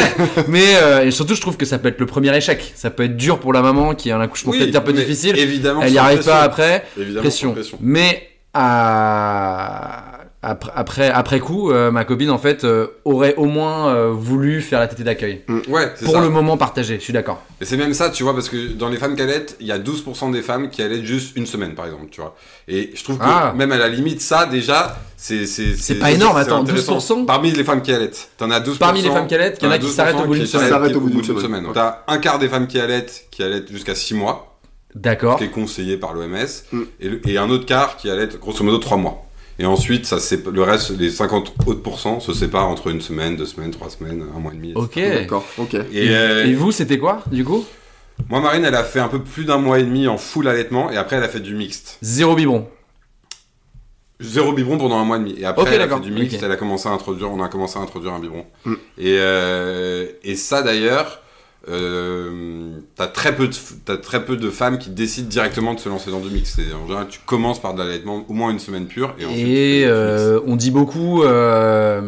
[SPEAKER 2] mais euh, et surtout je trouve que ça peut être le premier échec. Ça peut être dur pour la maman qui a un accouchement
[SPEAKER 1] Oui,
[SPEAKER 2] peut-être un peu
[SPEAKER 1] mais
[SPEAKER 2] difficile.
[SPEAKER 1] Évidemment,
[SPEAKER 2] Elle n'y
[SPEAKER 1] sans
[SPEAKER 2] arrive pas
[SPEAKER 1] pression.
[SPEAKER 2] après.
[SPEAKER 1] Évidemment,
[SPEAKER 2] Pression.
[SPEAKER 1] sans pression.
[SPEAKER 2] Mais à- après, après, après coup, euh, ma copine en fait euh, aurait au moins euh, voulu faire la tétée d'accueil.
[SPEAKER 1] Ouais, c'est
[SPEAKER 2] Pour
[SPEAKER 1] ça.
[SPEAKER 2] le moment partagé, je suis d'accord.
[SPEAKER 1] Et c'est même ça, tu vois, parce que dans les femmes qui allaitent, il y a 12% des femmes qui allaitent juste une semaine, par exemple, tu vois. Et je trouve que
[SPEAKER 2] Ah.
[SPEAKER 1] même à la limite, ça, déjà, c'est. C'est
[SPEAKER 2] pas énorme,
[SPEAKER 1] c'est
[SPEAKER 2] attends,
[SPEAKER 1] intéressant.
[SPEAKER 2] 12%
[SPEAKER 1] Parmi les femmes qui allaitent, t'en as 12%.
[SPEAKER 2] Parmi les femmes qui allaitent, il y en a
[SPEAKER 1] t'en as
[SPEAKER 2] qui s'arrêtent au bout
[SPEAKER 1] 12%
[SPEAKER 2] d'une
[SPEAKER 1] qui
[SPEAKER 2] semaine.
[SPEAKER 3] s'arrêtent
[SPEAKER 1] s'arrêtent au bout d'une semaine.
[SPEAKER 3] Ouais.
[SPEAKER 1] T'as un quart des femmes qui allaitent, qui allaitent jusqu'à 6 mois,
[SPEAKER 2] D'accord.
[SPEAKER 1] qui est conseillé par l'OMS,
[SPEAKER 3] Mm.
[SPEAKER 1] et, le- et un autre quart qui allaitent grosso modo 3 mois. Et ensuite, ça, c'est le reste, les 50 autres pourcents se séparent entre une semaine, deux semaines, trois semaines, un mois et demi. etc.
[SPEAKER 2] Ok.
[SPEAKER 3] D'accord, ok.
[SPEAKER 1] Et, euh,
[SPEAKER 2] Et vous, c'était quoi du coup
[SPEAKER 1] Moi, Marine, elle a fait un peu plus d'un mois et demi en full allaitement et après, elle a fait du mixte.
[SPEAKER 2] Zéro biberon.
[SPEAKER 1] Zéro biberon pendant un mois et demi. Et après,
[SPEAKER 2] Ok,
[SPEAKER 1] elle a fait
[SPEAKER 2] d'accord.
[SPEAKER 1] du mixte,
[SPEAKER 2] Ok.
[SPEAKER 1] elle a commencé à introduire, on a commencé à introduire un biberon.
[SPEAKER 3] Mm.
[SPEAKER 1] Et, euh, et ça, d'ailleurs, euh, t'as très, peu de f- t'as très peu de femmes qui décident directement de se lancer dans du mixte. Et en général, tu commences par de l'allaitement au moins une semaine pure et ensuite. tu
[SPEAKER 2] Et
[SPEAKER 1] fais du mixte.
[SPEAKER 2] euh, on dit beaucoup euh,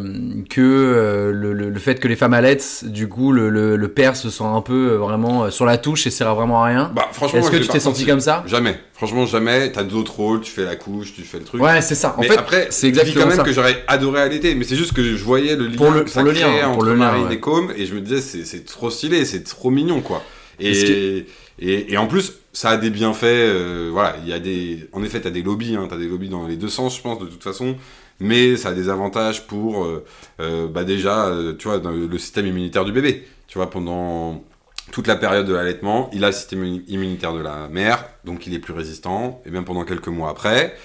[SPEAKER 2] que euh, le, le- le fait que les femmes allaitent, du coup, le, le- le père se sent un peu euh, vraiment euh, sur la touche et sert à vraiment à rien.
[SPEAKER 1] Bah, franchement,
[SPEAKER 2] Est-ce
[SPEAKER 1] moi,
[SPEAKER 2] que
[SPEAKER 1] je l'ai
[SPEAKER 2] tu
[SPEAKER 1] pas
[SPEAKER 2] t'es senti comme ça
[SPEAKER 1] Jamais. Franchement, jamais. T'as d'autres rôles, tu fais la couche, tu fais le truc.
[SPEAKER 2] Ouais, c'est ça. En
[SPEAKER 1] mais
[SPEAKER 2] fait,
[SPEAKER 1] après,
[SPEAKER 2] c'est
[SPEAKER 1] je dis
[SPEAKER 2] exactement
[SPEAKER 1] quand même
[SPEAKER 2] ça.
[SPEAKER 1] que j'aurais adoré allaiter, mais c'est juste que je voyais le lien
[SPEAKER 2] Pour le-
[SPEAKER 1] que ça
[SPEAKER 2] pour le lien,
[SPEAKER 1] créait
[SPEAKER 2] hein, pour
[SPEAKER 1] entre
[SPEAKER 2] le lien,
[SPEAKER 1] Marine
[SPEAKER 2] ouais.
[SPEAKER 1] et Com, et je me disais c'est c'est trop stylé, c'est trop mignon, quoi. Et,
[SPEAKER 2] Est-ce
[SPEAKER 1] et, et en plus, ça a des bienfaits. euh, voilà, il y a des. En effet, t'as des lobbies, hein, t'as des lobbies dans les deux sens, je pense, de toute façon. Mais ça a des avantages pour, euh, euh, bah déjà, euh, tu vois, dans le le système immunitaire du bébé. Tu vois, pendant toute la période de l'allaitement, il a le système immu- immunitaire de la mère, donc il est plus résistant. Et même pendant quelques mois après.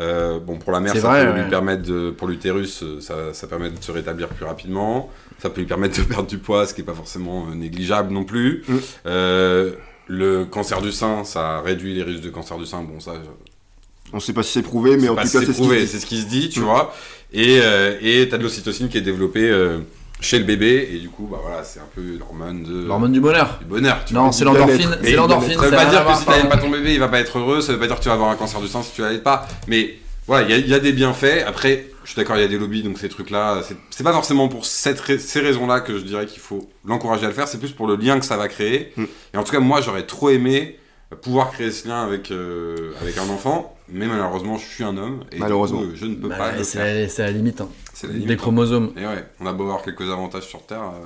[SPEAKER 1] Euh, bon, pour la mère,
[SPEAKER 2] C'est
[SPEAKER 1] ça
[SPEAKER 2] vrai,
[SPEAKER 1] peut
[SPEAKER 2] ouais.
[SPEAKER 1] lui permettre de- pour l'utérus, euh, ça, ça permet de se rétablir plus rapidement. Ça peut lui permettre de perdre du poids, ce qui est pas forcément euh, négligeable non plus.
[SPEAKER 3] Mm.
[SPEAKER 1] Euh, le cancer du sein, ça réduit les risques de cancer du sein. Bon, ça, je-
[SPEAKER 3] On sait pas si c'est prouvé, mais en
[SPEAKER 1] pas
[SPEAKER 3] tout
[SPEAKER 1] si
[SPEAKER 3] cas,
[SPEAKER 1] c'est
[SPEAKER 3] c'est ce qu'il
[SPEAKER 1] prouvé,
[SPEAKER 3] dit.
[SPEAKER 1] c'est ce qui se dit, tu
[SPEAKER 3] Mm.
[SPEAKER 1] vois. Et euh, et t'as de l'ocytocine qui est développée euh, chez le bébé, et du coup, bah voilà, c'est un peu l'hormone de
[SPEAKER 2] L'hormone du bonheur.
[SPEAKER 1] du bonheur. Tu vois.
[SPEAKER 2] Non, c'est
[SPEAKER 3] du bien-être.
[SPEAKER 2] l'endorphine.
[SPEAKER 1] Mais
[SPEAKER 2] C'est l'endorphine.
[SPEAKER 1] Ça veut
[SPEAKER 2] ça
[SPEAKER 1] pas
[SPEAKER 2] a
[SPEAKER 1] dire
[SPEAKER 2] rien
[SPEAKER 1] que
[SPEAKER 2] à
[SPEAKER 1] si
[SPEAKER 2] voir,
[SPEAKER 1] t'allaites
[SPEAKER 2] pardon.
[SPEAKER 1] pas ton bébé, il va pas être heureux. Ça veut pas dire que tu vas avoir un cancer du sein si tu l'allaites pas. Mais voilà, il y a- il y, a des bienfaits. Après, je suis d'accord, il y a des lobbies, donc ces trucs-là, c'est- c'est pas forcément pour cette rai- ces raisons-là que je dirais qu'il faut l'encourager à le faire. C'est plus pour le lien que ça va créer.
[SPEAKER 3] Mm.
[SPEAKER 1] Et en tout cas, moi, j'aurais trop aimé pouvoir créer ce lien avec euh, avec un enfant. Mais malheureusement, je suis un homme et du
[SPEAKER 3] Malheureusement.
[SPEAKER 1] coup, je ne peux
[SPEAKER 2] Bah,
[SPEAKER 1] pas le
[SPEAKER 2] c'est
[SPEAKER 1] faire.
[SPEAKER 2] la- c'est la limite. hein.
[SPEAKER 1] C'est la
[SPEAKER 2] Des
[SPEAKER 1] limite.
[SPEAKER 2] chromosomes.
[SPEAKER 1] Et ouais, on a beau avoir quelques avantages sur Terre, euh,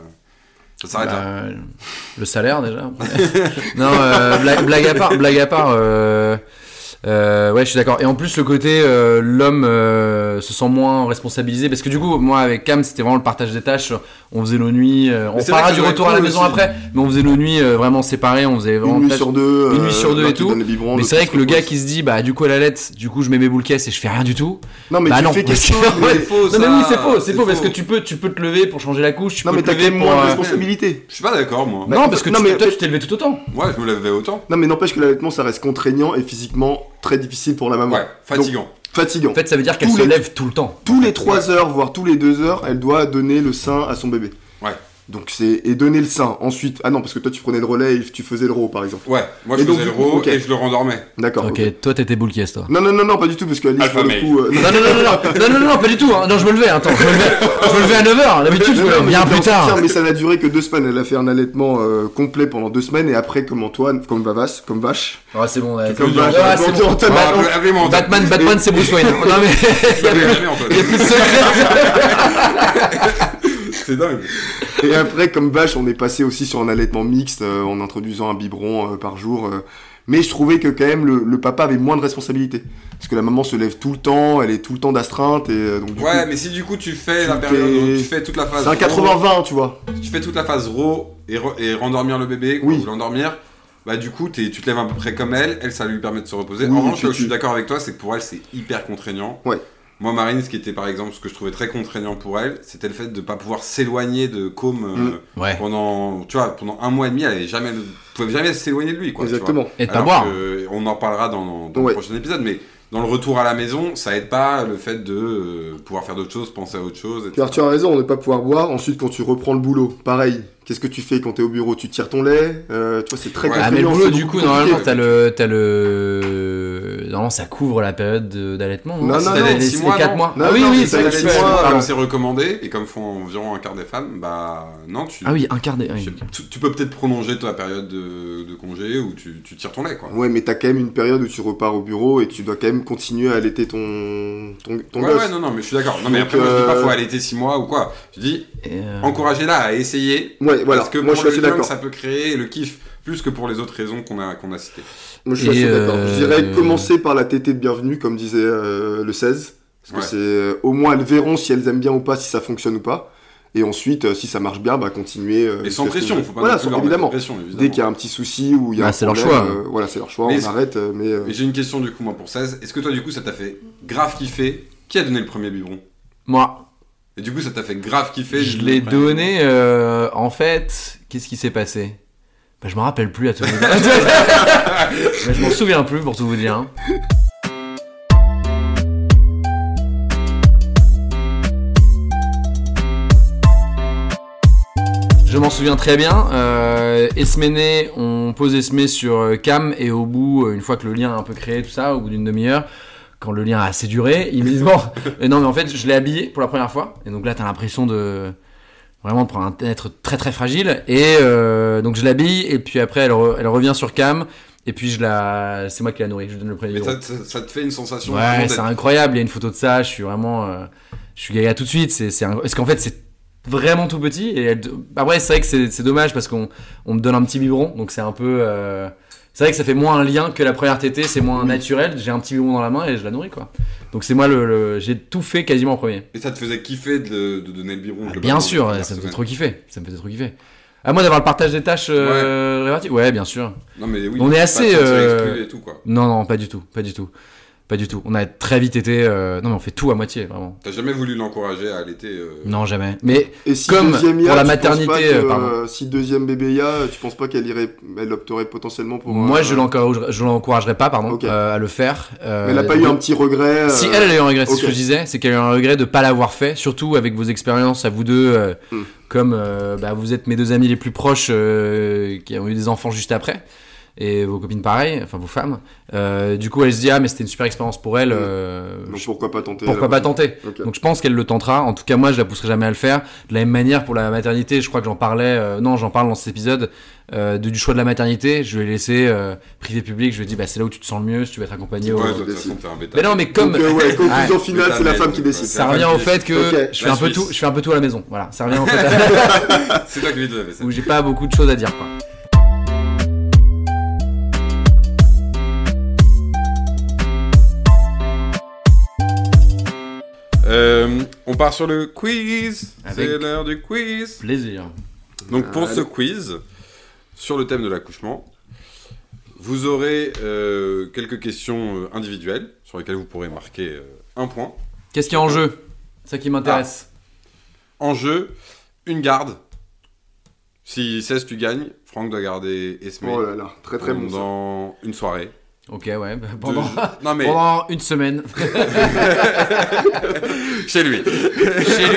[SPEAKER 1] ça s'arrête là.
[SPEAKER 2] Bah, le salaire déjà. non, euh, blague, blague à part, blague à part. euh, euh, ouais, je suis d'accord. Et en plus, le côté euh, l'homme euh, se sent moins responsabilisé parce que du coup, moi avec Cam, c'était vraiment le partage des tâches. On faisait nos nuits. euh, on
[SPEAKER 1] c'est vrai
[SPEAKER 2] parlera
[SPEAKER 1] que
[SPEAKER 2] du
[SPEAKER 1] ça doit
[SPEAKER 2] retour
[SPEAKER 1] être
[SPEAKER 2] à la
[SPEAKER 1] cool
[SPEAKER 2] maison
[SPEAKER 1] aussi.
[SPEAKER 2] après, mais on faisait nos nuits euh, vraiment séparées. On faisait vraiment
[SPEAKER 3] Une nuit
[SPEAKER 2] tâches-
[SPEAKER 3] sur deux.
[SPEAKER 2] Une nuit sur deux
[SPEAKER 3] l'un
[SPEAKER 2] et
[SPEAKER 3] qui
[SPEAKER 2] tout.
[SPEAKER 3] donne les biberons,
[SPEAKER 2] Mais
[SPEAKER 3] l'autre
[SPEAKER 2] c'est vrai
[SPEAKER 3] qui
[SPEAKER 2] que le
[SPEAKER 3] se repose.
[SPEAKER 2] gars qui se dit bah du coup à la lettre, du coup je mets mes boules caisses et je fais rien du tout.
[SPEAKER 3] Non, mais
[SPEAKER 2] Bah
[SPEAKER 3] tu
[SPEAKER 2] non,
[SPEAKER 3] fais quelque
[SPEAKER 2] parce que-
[SPEAKER 3] chose. mais-
[SPEAKER 1] C'est faux,
[SPEAKER 2] non mais
[SPEAKER 1] ça,
[SPEAKER 2] oui c'est faux, c'est faux parce que tu peux tu peux te lever pour changer la couche, tu
[SPEAKER 3] Non,
[SPEAKER 2] peux
[SPEAKER 3] mais
[SPEAKER 2] te
[SPEAKER 3] t'as quand
[SPEAKER 2] lever
[SPEAKER 3] même
[SPEAKER 2] pour
[SPEAKER 3] moins de
[SPEAKER 2] euh,
[SPEAKER 3] responsabilité.
[SPEAKER 1] Je suis pas d'accord, moi.
[SPEAKER 2] Non parce que
[SPEAKER 3] Non,
[SPEAKER 2] tu-
[SPEAKER 3] mais-
[SPEAKER 2] toi tu t'es levé tout autant.
[SPEAKER 1] Moi, je me lèverais autant.
[SPEAKER 3] Non, mais n'empêche que l'allaitement, ça reste contraignant et physiquement très difficile pour la maman.
[SPEAKER 1] Ouais, fatigant.
[SPEAKER 3] Fatigant.
[SPEAKER 2] En fait, ça veut dire qu'elle
[SPEAKER 3] Tous
[SPEAKER 2] se
[SPEAKER 3] les-
[SPEAKER 2] lève tout le temps.
[SPEAKER 3] tous les 3 heures, voire tous les 2 heures, elle doit donner le sein à son bébé.
[SPEAKER 1] Ouais.
[SPEAKER 3] Donc c'est et donner le sein ensuite. Ah non, parce que toi tu prenais le relais et tu faisais le row par exemple.
[SPEAKER 1] Ouais, moi je
[SPEAKER 3] Et donc,
[SPEAKER 1] faisais le
[SPEAKER 3] du coup,
[SPEAKER 1] row
[SPEAKER 3] ok.
[SPEAKER 1] et je le rendormais.
[SPEAKER 3] D'accord.
[SPEAKER 2] Ok, toi t'étais boule caisse toi.
[SPEAKER 3] Non non non non pas du tout parce que Alice
[SPEAKER 1] Alpha
[SPEAKER 3] pour le
[SPEAKER 1] male.
[SPEAKER 3] coup. euh,
[SPEAKER 2] Non, non, non, non, non, non, non, non, pas du tout. hein. Non, je me levais, attends, je me levais, je me levais à 9h. D'habitude, je
[SPEAKER 3] non,
[SPEAKER 2] me
[SPEAKER 3] non,
[SPEAKER 2] lève
[SPEAKER 3] mais
[SPEAKER 2] bien
[SPEAKER 3] j'étais
[SPEAKER 2] plus
[SPEAKER 3] en soutien,
[SPEAKER 2] tard.
[SPEAKER 3] Mais ça n'a duré que deux semaines. Elle a fait un allaitement euh, complet pendant deux semaines et après comme Antoine, comme Vavas, comme vache.
[SPEAKER 2] Ah, c'est bon, ouais, c'est
[SPEAKER 1] Comme
[SPEAKER 2] bon.
[SPEAKER 1] Batman.
[SPEAKER 2] Ah, c'est bon.
[SPEAKER 3] Batman.
[SPEAKER 1] Ah,
[SPEAKER 3] Batman.
[SPEAKER 1] appelez- Appelez-moi Antoine.
[SPEAKER 2] Batman, Batman, c'est Bruce Wayne. Non, mais il y a plus-
[SPEAKER 1] Appelez-moi Antoine.
[SPEAKER 2] il y a plus de secret.
[SPEAKER 1] C'est dingue.
[SPEAKER 3] Et après comme vache, on est passé aussi sur un allaitement mixte euh, en introduisant un biberon euh, par jour. euh. mais je trouvais que quand même le, le papa avait moins de responsabilité parce que la maman se lève tout le temps, elle est tout le temps d'astreinte et euh, donc du coup,
[SPEAKER 1] Ouais, mais si du coup tu fais la
[SPEAKER 3] Tu
[SPEAKER 1] période,
[SPEAKER 3] t'es-
[SPEAKER 1] tu fais toute la phase.
[SPEAKER 3] C'est un
[SPEAKER 1] row,
[SPEAKER 3] 80-20, tu vois.
[SPEAKER 1] Tu fais toute la phase row et, re- et rendormir le bébé,
[SPEAKER 3] Oui.
[SPEAKER 1] ou l'endormir. Bah, du coup, t'es- tu te lèves à peu près comme elle, elle, ça lui permet de se reposer.
[SPEAKER 3] Oui,
[SPEAKER 1] en
[SPEAKER 3] et
[SPEAKER 1] revanche,
[SPEAKER 3] puis
[SPEAKER 1] je
[SPEAKER 3] tu-
[SPEAKER 1] suis d'accord avec toi, c'est que pour elle, c'est hyper contraignant.
[SPEAKER 3] Ouais.
[SPEAKER 1] Moi, Marine, ce qui était par exemple, ce que je trouvais très contraignant pour elle, c'était le fait de pas pouvoir s'éloigner de Com euh,
[SPEAKER 3] Mm.
[SPEAKER 2] Ouais.
[SPEAKER 1] pendant, tu vois, pendant un mois et demi, elle avait jamais, pouvait jamais s'éloigner de lui, quoi. tu vois.
[SPEAKER 3] Exactement.
[SPEAKER 2] Et de pas
[SPEAKER 1] Alors
[SPEAKER 2] boire.
[SPEAKER 3] Euh,
[SPEAKER 1] que on en parlera dans, dans
[SPEAKER 3] Ouais.
[SPEAKER 1] le prochain épisode, mais dans le retour à la maison, ça aide pas le fait de euh, pouvoir faire d'autres choses, penser à autre chose.
[SPEAKER 3] Pierre, tu as raison, on ne pas pouvoir boire. Ensuite, quand tu reprends le boulot, pareil. Qu'est-ce que tu fais quand t'es au bureau Tu tires ton lait euh, Tu vois, c'est très
[SPEAKER 1] Ouais,
[SPEAKER 2] Ah,
[SPEAKER 3] contraignant,
[SPEAKER 2] mais le boulot,
[SPEAKER 3] c'est
[SPEAKER 2] du
[SPEAKER 3] beaucoup
[SPEAKER 2] coup,
[SPEAKER 3] compliqué.
[SPEAKER 2] normalement, t'as le. T'as le. Normalement, ça couvre la période de- d'allaitement.
[SPEAKER 3] Non, non, non,
[SPEAKER 2] les
[SPEAKER 1] six mois,
[SPEAKER 2] 4
[SPEAKER 1] non.
[SPEAKER 2] mois.
[SPEAKER 3] Non,
[SPEAKER 2] Ah oui,
[SPEAKER 3] non,
[SPEAKER 2] oui,
[SPEAKER 3] c'est
[SPEAKER 2] c'est
[SPEAKER 3] pas
[SPEAKER 2] vrai,
[SPEAKER 3] les
[SPEAKER 2] c'est
[SPEAKER 3] six
[SPEAKER 2] vrai.
[SPEAKER 3] mois. euh.
[SPEAKER 1] Comme
[SPEAKER 3] pardon.
[SPEAKER 1] c'est recommandé et comme font environ un quart des femmes, bah non, tu,
[SPEAKER 2] Ah oui, un quart d'heure. oui.
[SPEAKER 1] tu, tu- tu peux peut-être prolonger ta période de, de congé ou tu, tu tires ton lait quoi.
[SPEAKER 3] Ouais, mais t'as quand même une période où tu repars au bureau et tu dois quand même continuer à allaiter ton, ton, ton
[SPEAKER 1] ouais,
[SPEAKER 3] gosse.
[SPEAKER 1] ouais, non, non, mais je suis d'accord. Non, mais
[SPEAKER 3] Donc,
[SPEAKER 1] après, moi, je dis pas
[SPEAKER 3] euh,
[SPEAKER 1] faut allaiter 6 mois ou quoi. Je dis,
[SPEAKER 2] Et, euh,
[SPEAKER 1] encouragez-la à essayer.
[SPEAKER 3] Ouais, voilà.
[SPEAKER 1] Parce que
[SPEAKER 3] Moi,
[SPEAKER 1] pour
[SPEAKER 3] je suis assez
[SPEAKER 1] le lien que
[SPEAKER 3] d'accord.
[SPEAKER 1] ça peut créer le kiff plus que pour les autres raisons qu'on a, qu'on a citées.
[SPEAKER 3] Moi, je suis
[SPEAKER 2] Et,
[SPEAKER 3] assez d'accord. Je dirais
[SPEAKER 2] euh,
[SPEAKER 3] commencer par la tétée de bienvenue, comme disait euh, le 16. Parce que
[SPEAKER 1] Ouais.
[SPEAKER 3] c'est euh, au moins elles verront si elles aiment bien ou pas, si ça fonctionne ou pas. Et ensuite, euh, si ça marche bien, bah continuer. euh,
[SPEAKER 1] Et sans
[SPEAKER 3] jusqu'à ce que-
[SPEAKER 1] pression, faut pas
[SPEAKER 3] voilà,
[SPEAKER 1] non plus
[SPEAKER 3] sans-
[SPEAKER 1] leur mettre de
[SPEAKER 3] évidemment.
[SPEAKER 1] pression, évidemment.
[SPEAKER 3] Dès qu'il y a un petit souci ou il y a
[SPEAKER 2] Bah,
[SPEAKER 3] un
[SPEAKER 2] c'est leur
[SPEAKER 3] problème,
[SPEAKER 2] choix.
[SPEAKER 3] euh, voilà, c'est leur choix,
[SPEAKER 1] Mais
[SPEAKER 3] on
[SPEAKER 1] c'est-
[SPEAKER 3] arrête, euh, mais... euh,
[SPEAKER 1] Et j'ai une question du coup moi pour 16. Est-ce que toi du coup ça t'a fait grave kiffer Qui a donné le premier biberon
[SPEAKER 2] Moi.
[SPEAKER 1] Et du coup ça t'a fait grave kiffer
[SPEAKER 2] Je
[SPEAKER 1] le
[SPEAKER 2] l'ai
[SPEAKER 1] premier biberon.
[SPEAKER 2] donné, euh, en fait, qu'est-ce qui s'est passé bah, Je me rappelle plus à tout vous dire. Bah, je m'en souviens plus pour tout vous dire. hein. Je m'en souviens très bien. Euh, Esmené, on pose Esmé sur euh, Cam et au bout, euh, une fois que le lien est un peu créé, tout ça, au bout d'une demi-heure, quand le lien a assez duré, ils me disent bon, et non mais en fait je l'ai habillé pour la première fois et donc là t'as l'impression de vraiment de prendre un être très très fragile et euh, donc je l'habille et puis après elle, re- elle revient sur cam et puis je la c'est moi qui la nourris je lui donne le premier
[SPEAKER 1] Mais
[SPEAKER 2] biberon.
[SPEAKER 1] ça, ça- ça te fait une sensation vraiment
[SPEAKER 2] Ouais,
[SPEAKER 1] d'être-
[SPEAKER 2] c'est incroyable, il y a une photo de ça, je suis vraiment euh, je suis gaga tout de suite, c'est c'est un- parce qu'en fait c'est vraiment tout petit. Et elle- après, c'est vrai que c'est c'est dommage parce qu'on on me donne un petit biberon, donc c'est un peu. euh, C'est vrai que ça fait moins un lien que la première tétée, c'est moins
[SPEAKER 3] Oui.
[SPEAKER 2] naturel. J'ai un petit biberon dans la main et je la nourris quoi. Donc c'est moi le, le- j'ai tout fait quasiment en premier.
[SPEAKER 1] Et ça te faisait kiffer de, de donner le biberon
[SPEAKER 2] Ah,
[SPEAKER 1] globalement,
[SPEAKER 2] bien sûr,
[SPEAKER 1] la
[SPEAKER 2] ouais,
[SPEAKER 1] première
[SPEAKER 2] ça me faisait
[SPEAKER 1] semaine.
[SPEAKER 2] trop kiffer. Ça me faisait trop kiffer. À moi d'avoir le partage des tâches euh, réparties. Ouais, bien sûr.
[SPEAKER 1] Non, mais oui,
[SPEAKER 2] On est
[SPEAKER 1] pas
[SPEAKER 2] assez,
[SPEAKER 1] de sentir
[SPEAKER 2] euh,
[SPEAKER 1] exclu et tout, quoi.
[SPEAKER 2] Non, non, pas du tout, pas du tout, pas du tout. On a très vite été. euh, Non, mais on fait tout à moitié, vraiment.
[SPEAKER 1] T'as jamais voulu l'encourager à allaiter euh,
[SPEAKER 2] Non, jamais. Mais
[SPEAKER 3] Et si
[SPEAKER 2] Comme
[SPEAKER 3] deuxième IA,
[SPEAKER 2] pour la
[SPEAKER 3] tu penses pas
[SPEAKER 2] maternité,
[SPEAKER 3] que,
[SPEAKER 2] euh, pardon.
[SPEAKER 3] si deuxième bébé IA, euh, tu penses pas qu'elle irait, elle opterait potentiellement pour.
[SPEAKER 2] moi,
[SPEAKER 3] euh,
[SPEAKER 2] je l'encouragerais je l'encouragerais pas, pardon,
[SPEAKER 3] Ok.
[SPEAKER 2] euh, à le faire. euh,
[SPEAKER 3] Mais elle a pas eu un petit regret. euh,
[SPEAKER 2] Si elle, elle a eu un regret, c'est
[SPEAKER 3] ok.
[SPEAKER 2] ce que je disais, c'est qu'elle a eu un regret de pas l'avoir fait, surtout avec vos expériences à vous deux, euh,
[SPEAKER 3] Hmm.
[SPEAKER 2] comme euh, bah, vous êtes mes deux amis les plus proches euh, qui ont eu des enfants juste après, et vos copines pareil, enfin vos femmes. Euh, du coup, elle se dit, ah, mais c'était une super expérience pour elle,
[SPEAKER 3] Hmm.
[SPEAKER 2] euh,
[SPEAKER 3] Donc
[SPEAKER 2] je-
[SPEAKER 3] pourquoi pas tenter
[SPEAKER 2] pourquoi pas tenter
[SPEAKER 3] Ok.
[SPEAKER 2] donc je pense qu'elle le tentera. En tout cas, moi, je la pousserai jamais à le faire. De la même manière pour la maternité, je crois que j'en parlais. euh, non, j'en parle dans cet épisode euh, de- du choix de la maternité. Je lui ai laissé euh, privé public. Je lui ai dit, bah c'est là où tu te sens le mieux. Si tu veux être accompagné. au-
[SPEAKER 1] Ouais, de toute
[SPEAKER 3] décide.
[SPEAKER 1] façon, t'es un bêta.
[SPEAKER 2] Mais non, mais comme
[SPEAKER 3] Donc, euh, ouais, conclusion
[SPEAKER 2] Ouais.
[SPEAKER 3] finale, c'est la femme qui décide.
[SPEAKER 1] C'est
[SPEAKER 2] ça
[SPEAKER 1] la
[SPEAKER 2] revient
[SPEAKER 1] femme
[SPEAKER 2] au
[SPEAKER 1] qui
[SPEAKER 2] fait que
[SPEAKER 3] Ok,
[SPEAKER 2] je fais
[SPEAKER 1] la
[SPEAKER 2] un peu
[SPEAKER 1] Suisse.
[SPEAKER 2] tout, je fais un peu tout à la maison. Voilà, ça revient en fait à-
[SPEAKER 1] C'est toi qui lui devais ça.
[SPEAKER 2] où j'ai pas beaucoup de choses à dire. Quoi.
[SPEAKER 1] Euh, on part sur le quiz.
[SPEAKER 2] Avec-
[SPEAKER 1] C'est l'heure du quiz.
[SPEAKER 2] Plaisir.
[SPEAKER 1] Donc pour
[SPEAKER 3] Allez.
[SPEAKER 1] ce quiz, sur le thème de l'accouchement, vous aurez euh, quelques questions euh, individuelles sur lesquelles vous pourrez marquer euh, un point.
[SPEAKER 2] Qu'est-ce qui est en jeu Ça qui m'intéresse.
[SPEAKER 1] En jeu, une garde. Si 16 tu gagnes, Franck doit garder Esme
[SPEAKER 3] Oh là là, très très bon. ça.
[SPEAKER 1] pendant une soirée.
[SPEAKER 2] Ok, ouais. bah,
[SPEAKER 1] Deux
[SPEAKER 2] pendant...
[SPEAKER 1] jours- Non mais
[SPEAKER 2] pendant une semaine
[SPEAKER 1] chez lui.
[SPEAKER 2] chez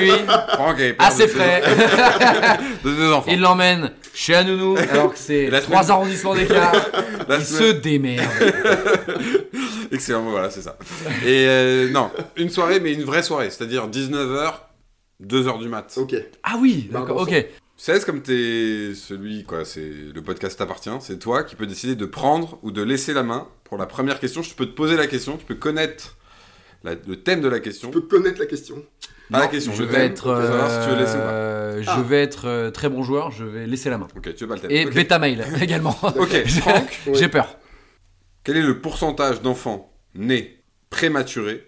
[SPEAKER 2] lui,
[SPEAKER 1] Franck est père
[SPEAKER 2] assez
[SPEAKER 1] de deux-
[SPEAKER 2] frais.
[SPEAKER 1] De deux enfants.
[SPEAKER 2] Il l'emmène chez un nounou alors que c'est
[SPEAKER 1] La
[SPEAKER 2] trois
[SPEAKER 1] semaine-
[SPEAKER 2] arrondissements d'écart.
[SPEAKER 1] La
[SPEAKER 2] Il
[SPEAKER 1] semaine-
[SPEAKER 2] se démerde.
[SPEAKER 1] Excellent, voilà, c'est ça. Et euh, non, une soirée, mais une vraie soirée, c'est-à-dire 19h, 2h du mat.
[SPEAKER 3] Ok.
[SPEAKER 2] Ah oui,
[SPEAKER 3] Bah,
[SPEAKER 2] d'accord,
[SPEAKER 3] bon
[SPEAKER 2] ok.
[SPEAKER 1] 16, comme t'es celui, quoi, c'est le podcast t'appartient, c'est toi qui peux décider de prendre ou de laisser la main pour la première question. Je peux te poser la question, tu peux connaître la- le thème de la question.
[SPEAKER 3] Tu peux connaître la question.
[SPEAKER 1] Pas la
[SPEAKER 2] Non,
[SPEAKER 1] question,
[SPEAKER 2] je
[SPEAKER 1] le
[SPEAKER 2] vais
[SPEAKER 1] thème,
[SPEAKER 2] être,
[SPEAKER 1] pour savoir si tu veux laisser ou pas.
[SPEAKER 2] euh,
[SPEAKER 3] Ah.
[SPEAKER 2] je vais être euh, très bon joueur, je vais laisser la main.
[SPEAKER 1] Ok, tu veux pas le thème.
[SPEAKER 2] euh, Et
[SPEAKER 1] Ok.
[SPEAKER 2] bêta mail également.
[SPEAKER 1] Ok, Franck,
[SPEAKER 3] Ouais.
[SPEAKER 2] J'ai peur.
[SPEAKER 1] quel est le pourcentage d'enfants nés prématurés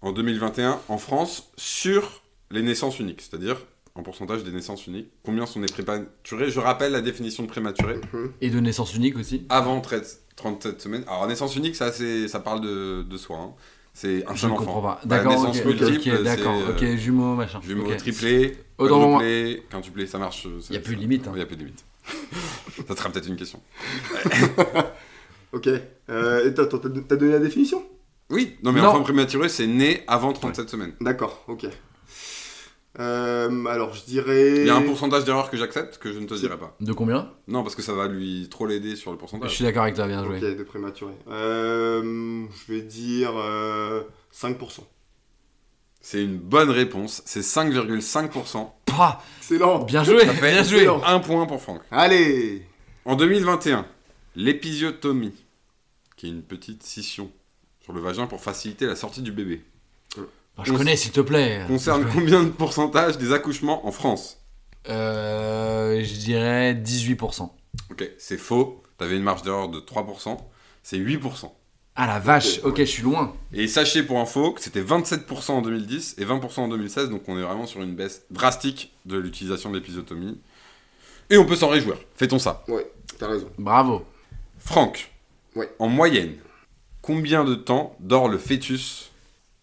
[SPEAKER 1] en 2021 en France sur les naissances uniques C'est-à-dire en pourcentage des naissances uniques. Combien sont nés prématurés Je rappelle la définition de prématuré.
[SPEAKER 3] Mhm.
[SPEAKER 2] Et de naissance unique aussi.
[SPEAKER 1] avant 13 37 semaines. Alors, naissance unique, ça, c'est- ça parle de, de soi. hein. C'est un
[SPEAKER 2] Je
[SPEAKER 1] seul
[SPEAKER 2] ne
[SPEAKER 1] enfant.
[SPEAKER 2] comprends pas.
[SPEAKER 1] Bah,
[SPEAKER 2] D'accord,
[SPEAKER 1] naissance
[SPEAKER 2] ok,
[SPEAKER 1] multiple,
[SPEAKER 2] ok, d'accord,
[SPEAKER 1] c'est, euh,
[SPEAKER 2] ok, jumeaux, machin.
[SPEAKER 1] Jumeau,
[SPEAKER 2] ok.
[SPEAKER 1] triplé,
[SPEAKER 2] Autant pour moi.
[SPEAKER 1] quadruplé, quintuplé, ça marche. Il
[SPEAKER 2] Y a plus de limite, hein.
[SPEAKER 1] Il n'y a plus de limite. ça sera peut-être une question.
[SPEAKER 3] Ok. Euh, et t'as t'as- t'as donné la définition
[SPEAKER 1] Oui, non, mais
[SPEAKER 2] Non.
[SPEAKER 1] enfant prématuré, c'est né avant 37 semaines.
[SPEAKER 3] D'accord, ok. Euh, alors je dirais.
[SPEAKER 1] Il y a un pourcentage d'erreur que j'accepte que je ne te dirai pas.
[SPEAKER 2] De combien
[SPEAKER 1] Non, parce que ça va lui trop l'aider sur le
[SPEAKER 2] Je
[SPEAKER 1] pourcentage.
[SPEAKER 2] suis d'accord avec toi, bien
[SPEAKER 3] Ok,
[SPEAKER 2] joué.
[SPEAKER 3] de prématuré. Euh, je vais dire euh, 5%.
[SPEAKER 1] C'est une bonne réponse. C'est 5,5%.
[SPEAKER 2] Pah,
[SPEAKER 3] Excellent
[SPEAKER 2] bien joué,
[SPEAKER 1] Ça fait
[SPEAKER 2] bien joué.
[SPEAKER 3] excellent.
[SPEAKER 1] Un point pour Franck.
[SPEAKER 3] Allez
[SPEAKER 1] En 2021, l'épisiotomie, qui est une petite scission sur le vagin pour faciliter la sortie du bébé,
[SPEAKER 2] Bon, Je connais, s'il te plaît.
[SPEAKER 1] concerne combien de pourcentage des accouchements en France
[SPEAKER 2] Euh, je dirais 18%.
[SPEAKER 1] Ok, c'est faux, t'avais une marge d'erreur de 3%, c'est 8%.
[SPEAKER 2] Ah la vache, ok, je suis loin.
[SPEAKER 1] Et sachez pour info que c'était 27% en 2010 et 20% en 2016, donc on est vraiment sur une baisse drastique de l'utilisation de l'épisiotomie. Et on peut s'en réjouir, fait-on ça
[SPEAKER 3] Ouais, t'as raison.
[SPEAKER 2] Bravo.
[SPEAKER 1] Franck,
[SPEAKER 3] Ouais.
[SPEAKER 1] en moyenne, combien de temps dort le fœtus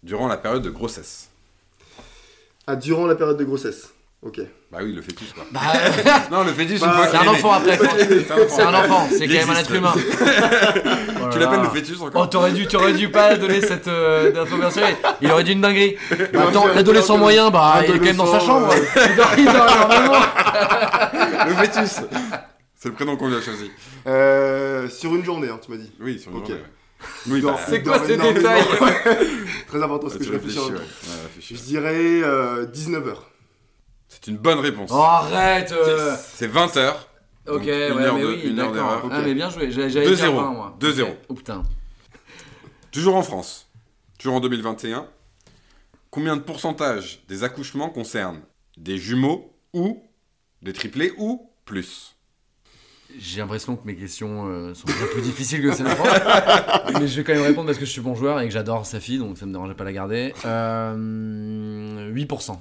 [SPEAKER 1] durant la période de grossesse
[SPEAKER 3] Ah, durant la période de grossesse. Ok.
[SPEAKER 1] Bah oui, le fœtus quoi.
[SPEAKER 2] Bah,
[SPEAKER 1] Non, le fœtus,
[SPEAKER 3] Bah,
[SPEAKER 1] une fois
[SPEAKER 2] c'est
[SPEAKER 1] qu'il
[SPEAKER 2] un
[SPEAKER 1] est né.
[SPEAKER 2] enfant après.
[SPEAKER 1] C'est un enfant.
[SPEAKER 2] C'est un enfant, c'est
[SPEAKER 1] Il
[SPEAKER 2] quand même un
[SPEAKER 1] existe.
[SPEAKER 2] être humain.
[SPEAKER 1] Tu l'appelles le fœtus
[SPEAKER 2] Oh,
[SPEAKER 1] encore
[SPEAKER 2] t'aurais dû, t'aurais dû pas donner cette euh, info personnelle. Il aurait dû une dinguerie. Bah, attends,
[SPEAKER 3] Ouais,
[SPEAKER 2] l'adolescent
[SPEAKER 3] ouais,
[SPEAKER 2] moyen, bah, il est quand même
[SPEAKER 3] adolescent,
[SPEAKER 2] dans sa chambre.
[SPEAKER 3] ouais.
[SPEAKER 1] euh.
[SPEAKER 2] Il dort, il dort normalement.
[SPEAKER 1] Le fœtus C'est le prénom qu'on lui a choisi.
[SPEAKER 3] Euh, sur une journée, hein, tu m'as dit.
[SPEAKER 1] Oui, sur une
[SPEAKER 3] Ok.
[SPEAKER 1] journée, ouais. Oui,
[SPEAKER 3] Non,
[SPEAKER 1] bah,
[SPEAKER 2] C'est
[SPEAKER 1] euh,
[SPEAKER 2] quoi ces
[SPEAKER 3] énormément.
[SPEAKER 2] détails
[SPEAKER 3] Très important ce
[SPEAKER 1] tu
[SPEAKER 3] que je réfléchis.
[SPEAKER 1] réfléchis, ouais.
[SPEAKER 3] en même temps.
[SPEAKER 1] Ouais, réfléchis,
[SPEAKER 3] Je
[SPEAKER 1] ouais.
[SPEAKER 3] dirais euh, 19h.
[SPEAKER 1] C'est une bonne réponse.
[SPEAKER 2] Oh, arrête. euh,
[SPEAKER 1] C'est 20h.
[SPEAKER 2] Ok,
[SPEAKER 1] Donc, une
[SPEAKER 2] ouais,
[SPEAKER 1] heure
[SPEAKER 2] mais
[SPEAKER 1] de-
[SPEAKER 2] oui,
[SPEAKER 1] une heure
[SPEAKER 2] d'accord.
[SPEAKER 1] d'erreur,
[SPEAKER 2] Ah,
[SPEAKER 3] ok.
[SPEAKER 2] mais bien joué. J'allais j'allais dire
[SPEAKER 1] 2-0.
[SPEAKER 2] 20, moi.
[SPEAKER 1] 2-0.
[SPEAKER 2] Ok. Oh putain.
[SPEAKER 1] Toujours en France. Toujours en 2021. Combien de pourcentage des accouchements concernent des jumeaux ou des triplés ou plus.
[SPEAKER 2] J'ai l'impression que mes questions euh, sont bien plus difficiles que celles d'avant. mais je vais quand même répondre parce que je suis bon joueur et que j'adore sa fille, donc ça me dérangeait pas de la garder. Euh, 8%.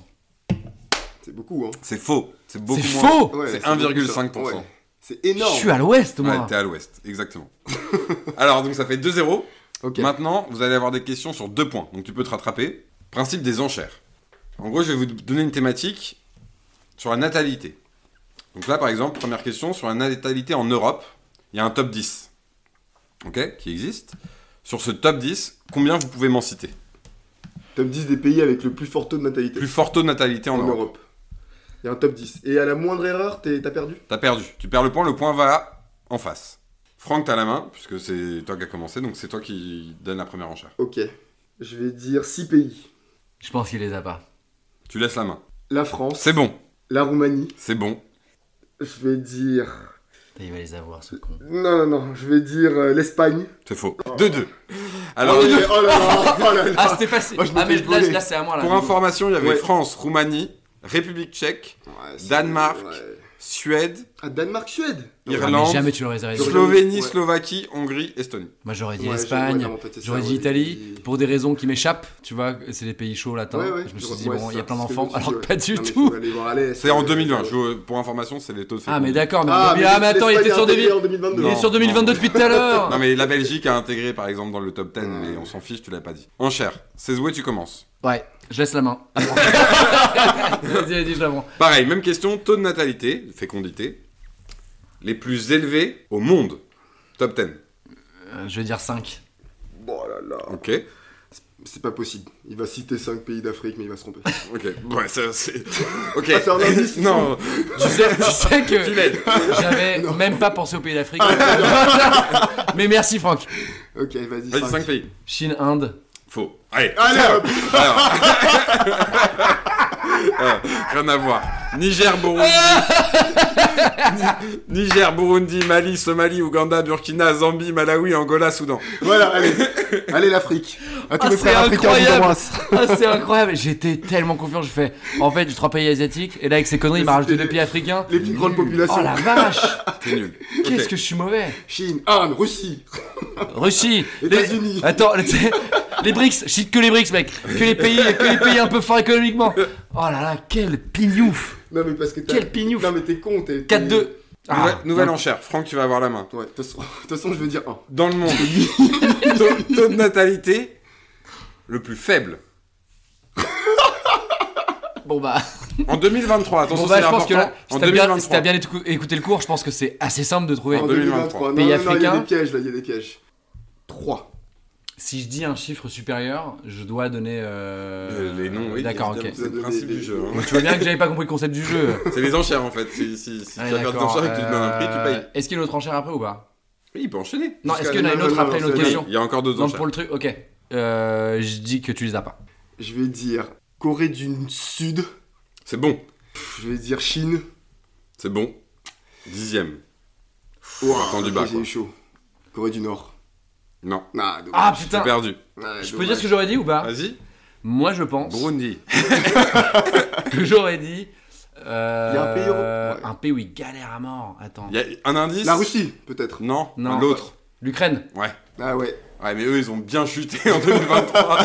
[SPEAKER 3] C'est beaucoup, hein.
[SPEAKER 1] C'est faux. C'est beaucoup
[SPEAKER 2] C'est
[SPEAKER 1] moins.
[SPEAKER 2] faux
[SPEAKER 3] Ouais,
[SPEAKER 1] C'est
[SPEAKER 3] beaucoup, ça.
[SPEAKER 1] 1,5%.
[SPEAKER 3] Ouais. C'est
[SPEAKER 2] Je
[SPEAKER 3] énorme.
[SPEAKER 2] suis à l'ouest,
[SPEAKER 1] Ouais,
[SPEAKER 2] moi
[SPEAKER 1] Ah, t'es à l'ouest, exactement. Alors, donc ça fait 2-0.
[SPEAKER 3] Ok.
[SPEAKER 1] Maintenant, vous allez avoir des questions sur deux points, donc tu peux te rattraper. Principe des enchères. En gros, je vais vous donner une thématique sur la natalité. Donc là, par exemple, première question sur la natalité en Europe, il y a un top 10 ok, qui existe. Sur ce top 10, combien vous pouvez m'en citer
[SPEAKER 3] Top 10 des pays avec le plus fort taux de natalité
[SPEAKER 1] Plus fort taux de natalité en,
[SPEAKER 3] en
[SPEAKER 1] Europe.
[SPEAKER 3] Europe. Il y a un top 10. Et à la moindre erreur, t'es- t'as perdu
[SPEAKER 1] T'as perdu. Tu perds le point, le point va en face. Franck, t'as la main, puisque c'est toi qui as commencé, donc c'est toi qui donne la première enchère.
[SPEAKER 3] Ok. Je vais dire 6 pays.
[SPEAKER 2] Je pense qu'il les a pas.
[SPEAKER 1] Tu laisses la main.
[SPEAKER 3] La France,
[SPEAKER 1] C'est bon,
[SPEAKER 3] la Roumanie.
[SPEAKER 1] c'est bon.
[SPEAKER 3] Je vais dire...
[SPEAKER 2] Putain, Il va les avoir, ce con.
[SPEAKER 3] Non, non, non. Je vais dire euh, l'Espagne.
[SPEAKER 1] C'est faux. 2-2. Alors,
[SPEAKER 3] oh, mais- oh là là, oh là
[SPEAKER 2] Ah,
[SPEAKER 3] là.
[SPEAKER 2] c'était facile
[SPEAKER 3] Moi, je me
[SPEAKER 2] Ah, mais
[SPEAKER 3] fais
[SPEAKER 2] là,
[SPEAKER 3] voler.
[SPEAKER 2] là, c'est à moi, là.
[SPEAKER 1] Pour information, il y avait
[SPEAKER 3] Ouais.
[SPEAKER 1] France, Roumanie, République tchèque,
[SPEAKER 3] Ouais, c'est-
[SPEAKER 1] Danemark.
[SPEAKER 3] ouais.
[SPEAKER 1] Suède,
[SPEAKER 3] Ah, Danemark, Suède
[SPEAKER 2] Ah, mais
[SPEAKER 1] Irlande,
[SPEAKER 2] jamais tu l'aurais réservé.
[SPEAKER 3] J'aurais-
[SPEAKER 1] Slovénie,
[SPEAKER 3] Ouais.
[SPEAKER 1] Slovaquie, Hongrie, Estonie.
[SPEAKER 2] Moi, j'aurais dit
[SPEAKER 3] Ouais,
[SPEAKER 2] Espagne,
[SPEAKER 3] j'aurais- ouais, en fait, c'est ça,
[SPEAKER 2] j'aurais dit
[SPEAKER 3] ouais.
[SPEAKER 2] Italie, pour des raisons qui m'échappent, tu vois, c'est les pays chauds latins.
[SPEAKER 3] Ouais, ouais,
[SPEAKER 2] je me suis
[SPEAKER 3] j'aurais-
[SPEAKER 2] dit,
[SPEAKER 3] ouais,
[SPEAKER 2] bon,
[SPEAKER 3] c'est
[SPEAKER 2] il y a
[SPEAKER 3] ça,
[SPEAKER 2] plein
[SPEAKER 3] c'est ce que
[SPEAKER 2] d'enfants,
[SPEAKER 3] je me suis
[SPEAKER 2] alors
[SPEAKER 3] dit,
[SPEAKER 2] que pas
[SPEAKER 3] ouais.
[SPEAKER 2] du
[SPEAKER 3] Non, mais faut
[SPEAKER 2] tout
[SPEAKER 3] aller voir à l'Est.
[SPEAKER 1] C'est en 2020. Je- pour information, c'est les taux de fécondité.
[SPEAKER 2] Ah, mais d'accord, mais,
[SPEAKER 3] Ah,
[SPEAKER 2] on oublie- ah, mais attends, il était
[SPEAKER 3] l'Espagne
[SPEAKER 2] sur
[SPEAKER 3] a intégré
[SPEAKER 2] 2000
[SPEAKER 3] en 2022.
[SPEAKER 2] Il est
[SPEAKER 1] Non,
[SPEAKER 2] sur
[SPEAKER 1] non.
[SPEAKER 2] 2022 depuis tout à
[SPEAKER 1] Non,
[SPEAKER 2] l'heure
[SPEAKER 1] mais la Belgique a intégré par exemple dans le top 10,
[SPEAKER 3] Ouais.
[SPEAKER 1] mais on s'en fiche, tu l'as pas dit. En chair, c'est Zoué, tu commences.
[SPEAKER 2] Ouais, je laisse la main. vas-y, vas-y, je la prends.
[SPEAKER 1] Pareil, même question, taux de natalité, fécondité, les plus élevés au monde. Top 10.
[SPEAKER 2] Euh, Je vais dire 5.
[SPEAKER 3] Bon oh là là.
[SPEAKER 1] Ok,
[SPEAKER 3] C'est pas possible. Il va citer 5 pays d'Afrique, mais il va se tromper.
[SPEAKER 1] ok. Ouais, ça, c'est. Ok.
[SPEAKER 3] Ah, c'est un indice.
[SPEAKER 1] non,
[SPEAKER 2] Tu sais, tu sais
[SPEAKER 1] tu
[SPEAKER 2] que
[SPEAKER 1] l'aides.
[SPEAKER 2] j'avais même pas pensé aux pays d'Afrique.
[SPEAKER 3] Ah,
[SPEAKER 2] mais merci, Franck.
[SPEAKER 3] ok, vas-y.
[SPEAKER 1] Vas-y,
[SPEAKER 3] cinq.
[SPEAKER 1] 5 pays.
[SPEAKER 2] Chine, Inde.
[SPEAKER 1] Faux. Allez,
[SPEAKER 3] Allez, hop.
[SPEAKER 1] Alors. Euh, rien à voir. Niger, Burundi. Ni- Niger, Burundi, Mali, Somalie, Ouganda, Burkina, Zambie, Malawi, Angola, Soudan.
[SPEAKER 3] Voilà, allez. allez l'Afrique. À tous
[SPEAKER 2] Ah,
[SPEAKER 3] mes
[SPEAKER 2] c'est
[SPEAKER 3] frères africains, je vous
[SPEAKER 2] incroyable.
[SPEAKER 3] embrasse.
[SPEAKER 2] Ah, c'est incroyable. J'étais tellement confiant. Je fais, en fait, j'ai trois pays asiatiques. Et là, avec ces conneries, il m'a rajouté deux pays africains.
[SPEAKER 3] Les plus grandes populations.
[SPEAKER 2] Oh la vache
[SPEAKER 1] C'est nul.
[SPEAKER 2] Qu'est-ce
[SPEAKER 1] Ok.
[SPEAKER 2] que je suis mauvais
[SPEAKER 3] Chine, Inde, Russie,
[SPEAKER 2] Russie les...
[SPEAKER 3] États-Unis.
[SPEAKER 2] Attends, les, les BRICS, je cite que les BRICS, mec Que les pays, que les pays un peu forts économiquement Oh là là, quel pignouf
[SPEAKER 3] Non mais parce que t'as-
[SPEAKER 2] Quel pignouf
[SPEAKER 3] Non mais t'es con, t'es. t'es-
[SPEAKER 2] 4-2
[SPEAKER 1] Nouvelle,
[SPEAKER 2] Ah,
[SPEAKER 1] nouvelle
[SPEAKER 2] non.
[SPEAKER 1] enchère. Franck, tu vas avoir la main.
[SPEAKER 3] Ouais, de toute façon- de toute façon, je veux dire 1.
[SPEAKER 1] Dans le monde, taux, taux de natalité le plus faible.
[SPEAKER 2] Bon bah,
[SPEAKER 1] En 2023, attention,
[SPEAKER 2] bon bah
[SPEAKER 1] c'est
[SPEAKER 2] je pense que
[SPEAKER 1] important.
[SPEAKER 2] là, si
[SPEAKER 1] en
[SPEAKER 2] t'as bien,
[SPEAKER 1] 2023.
[SPEAKER 2] si t'as bien écou- écouté le cours, je pense que c'est assez simple de trouver.
[SPEAKER 3] En
[SPEAKER 1] 2023.
[SPEAKER 3] 2023. Non,
[SPEAKER 2] Pays
[SPEAKER 3] non, non, il y a
[SPEAKER 2] africain.
[SPEAKER 3] des pièges là, il y a des pièges. 3.
[SPEAKER 2] Si je dis un chiffre supérieur, je dois donner... euh,
[SPEAKER 1] Euh, les noms, oui.
[SPEAKER 2] D'accord, ok.
[SPEAKER 1] évidemment, C'est le principe du jeu. hein.
[SPEAKER 2] Tu vois bien que j'avais pas compris le concept du jeu.
[SPEAKER 1] C'est les enchères en fait. Si, si, si
[SPEAKER 2] Allez,
[SPEAKER 1] tu as perdu
[SPEAKER 2] d'accord,
[SPEAKER 1] enchères et que tu te donnes un prix, tu
[SPEAKER 2] euh,
[SPEAKER 1] payes.
[SPEAKER 2] Est-ce qu'il y a une autre enchère après ou pas
[SPEAKER 1] Oui, il peut enchaîner.
[SPEAKER 2] Non,
[SPEAKER 1] Jusqu'à-
[SPEAKER 2] est-ce qu'il y en a une
[SPEAKER 3] non,
[SPEAKER 2] autre
[SPEAKER 3] non,
[SPEAKER 2] après une
[SPEAKER 3] non,
[SPEAKER 2] autre
[SPEAKER 3] c'est-
[SPEAKER 2] question
[SPEAKER 1] Il y a encore deux
[SPEAKER 2] Non,
[SPEAKER 1] enchères.
[SPEAKER 2] pour le truc, ok. Euh, je dis que tu les as pas.
[SPEAKER 3] Je vais dire Corée du Sud.
[SPEAKER 1] C'est bon.
[SPEAKER 3] Pff, Je vais dire Chine.
[SPEAKER 1] C'est bon. Dixième.
[SPEAKER 3] Ouah,
[SPEAKER 1] attends du Oh, bas,
[SPEAKER 3] J'ai
[SPEAKER 1] quoi.
[SPEAKER 3] eu chaud. Corée du Nord.
[SPEAKER 1] Non.
[SPEAKER 3] Ah,
[SPEAKER 2] Ah
[SPEAKER 3] dommage.
[SPEAKER 1] T'es
[SPEAKER 2] putain
[SPEAKER 1] perdu.
[SPEAKER 3] Ouais,
[SPEAKER 2] Je peux
[SPEAKER 3] dommage.
[SPEAKER 2] dire ce que j'aurais dit ou pas
[SPEAKER 3] Ah.
[SPEAKER 1] Vas-y.
[SPEAKER 2] Moi je pense
[SPEAKER 1] Burundi.
[SPEAKER 2] que j'aurais dit.
[SPEAKER 3] Il y a un pays
[SPEAKER 2] Euh,
[SPEAKER 3] euro- ouais.
[SPEAKER 2] un pays où il galère à mort. Attends.
[SPEAKER 1] Il y a un indice.
[SPEAKER 3] La Russie, peut-être.
[SPEAKER 1] Non.
[SPEAKER 2] Non.
[SPEAKER 1] L'autre.
[SPEAKER 2] L'Ukraine.
[SPEAKER 1] Ouais.
[SPEAKER 3] Ah ouais.
[SPEAKER 1] Ouais, mais eux, ils ont bien chuté en 2023.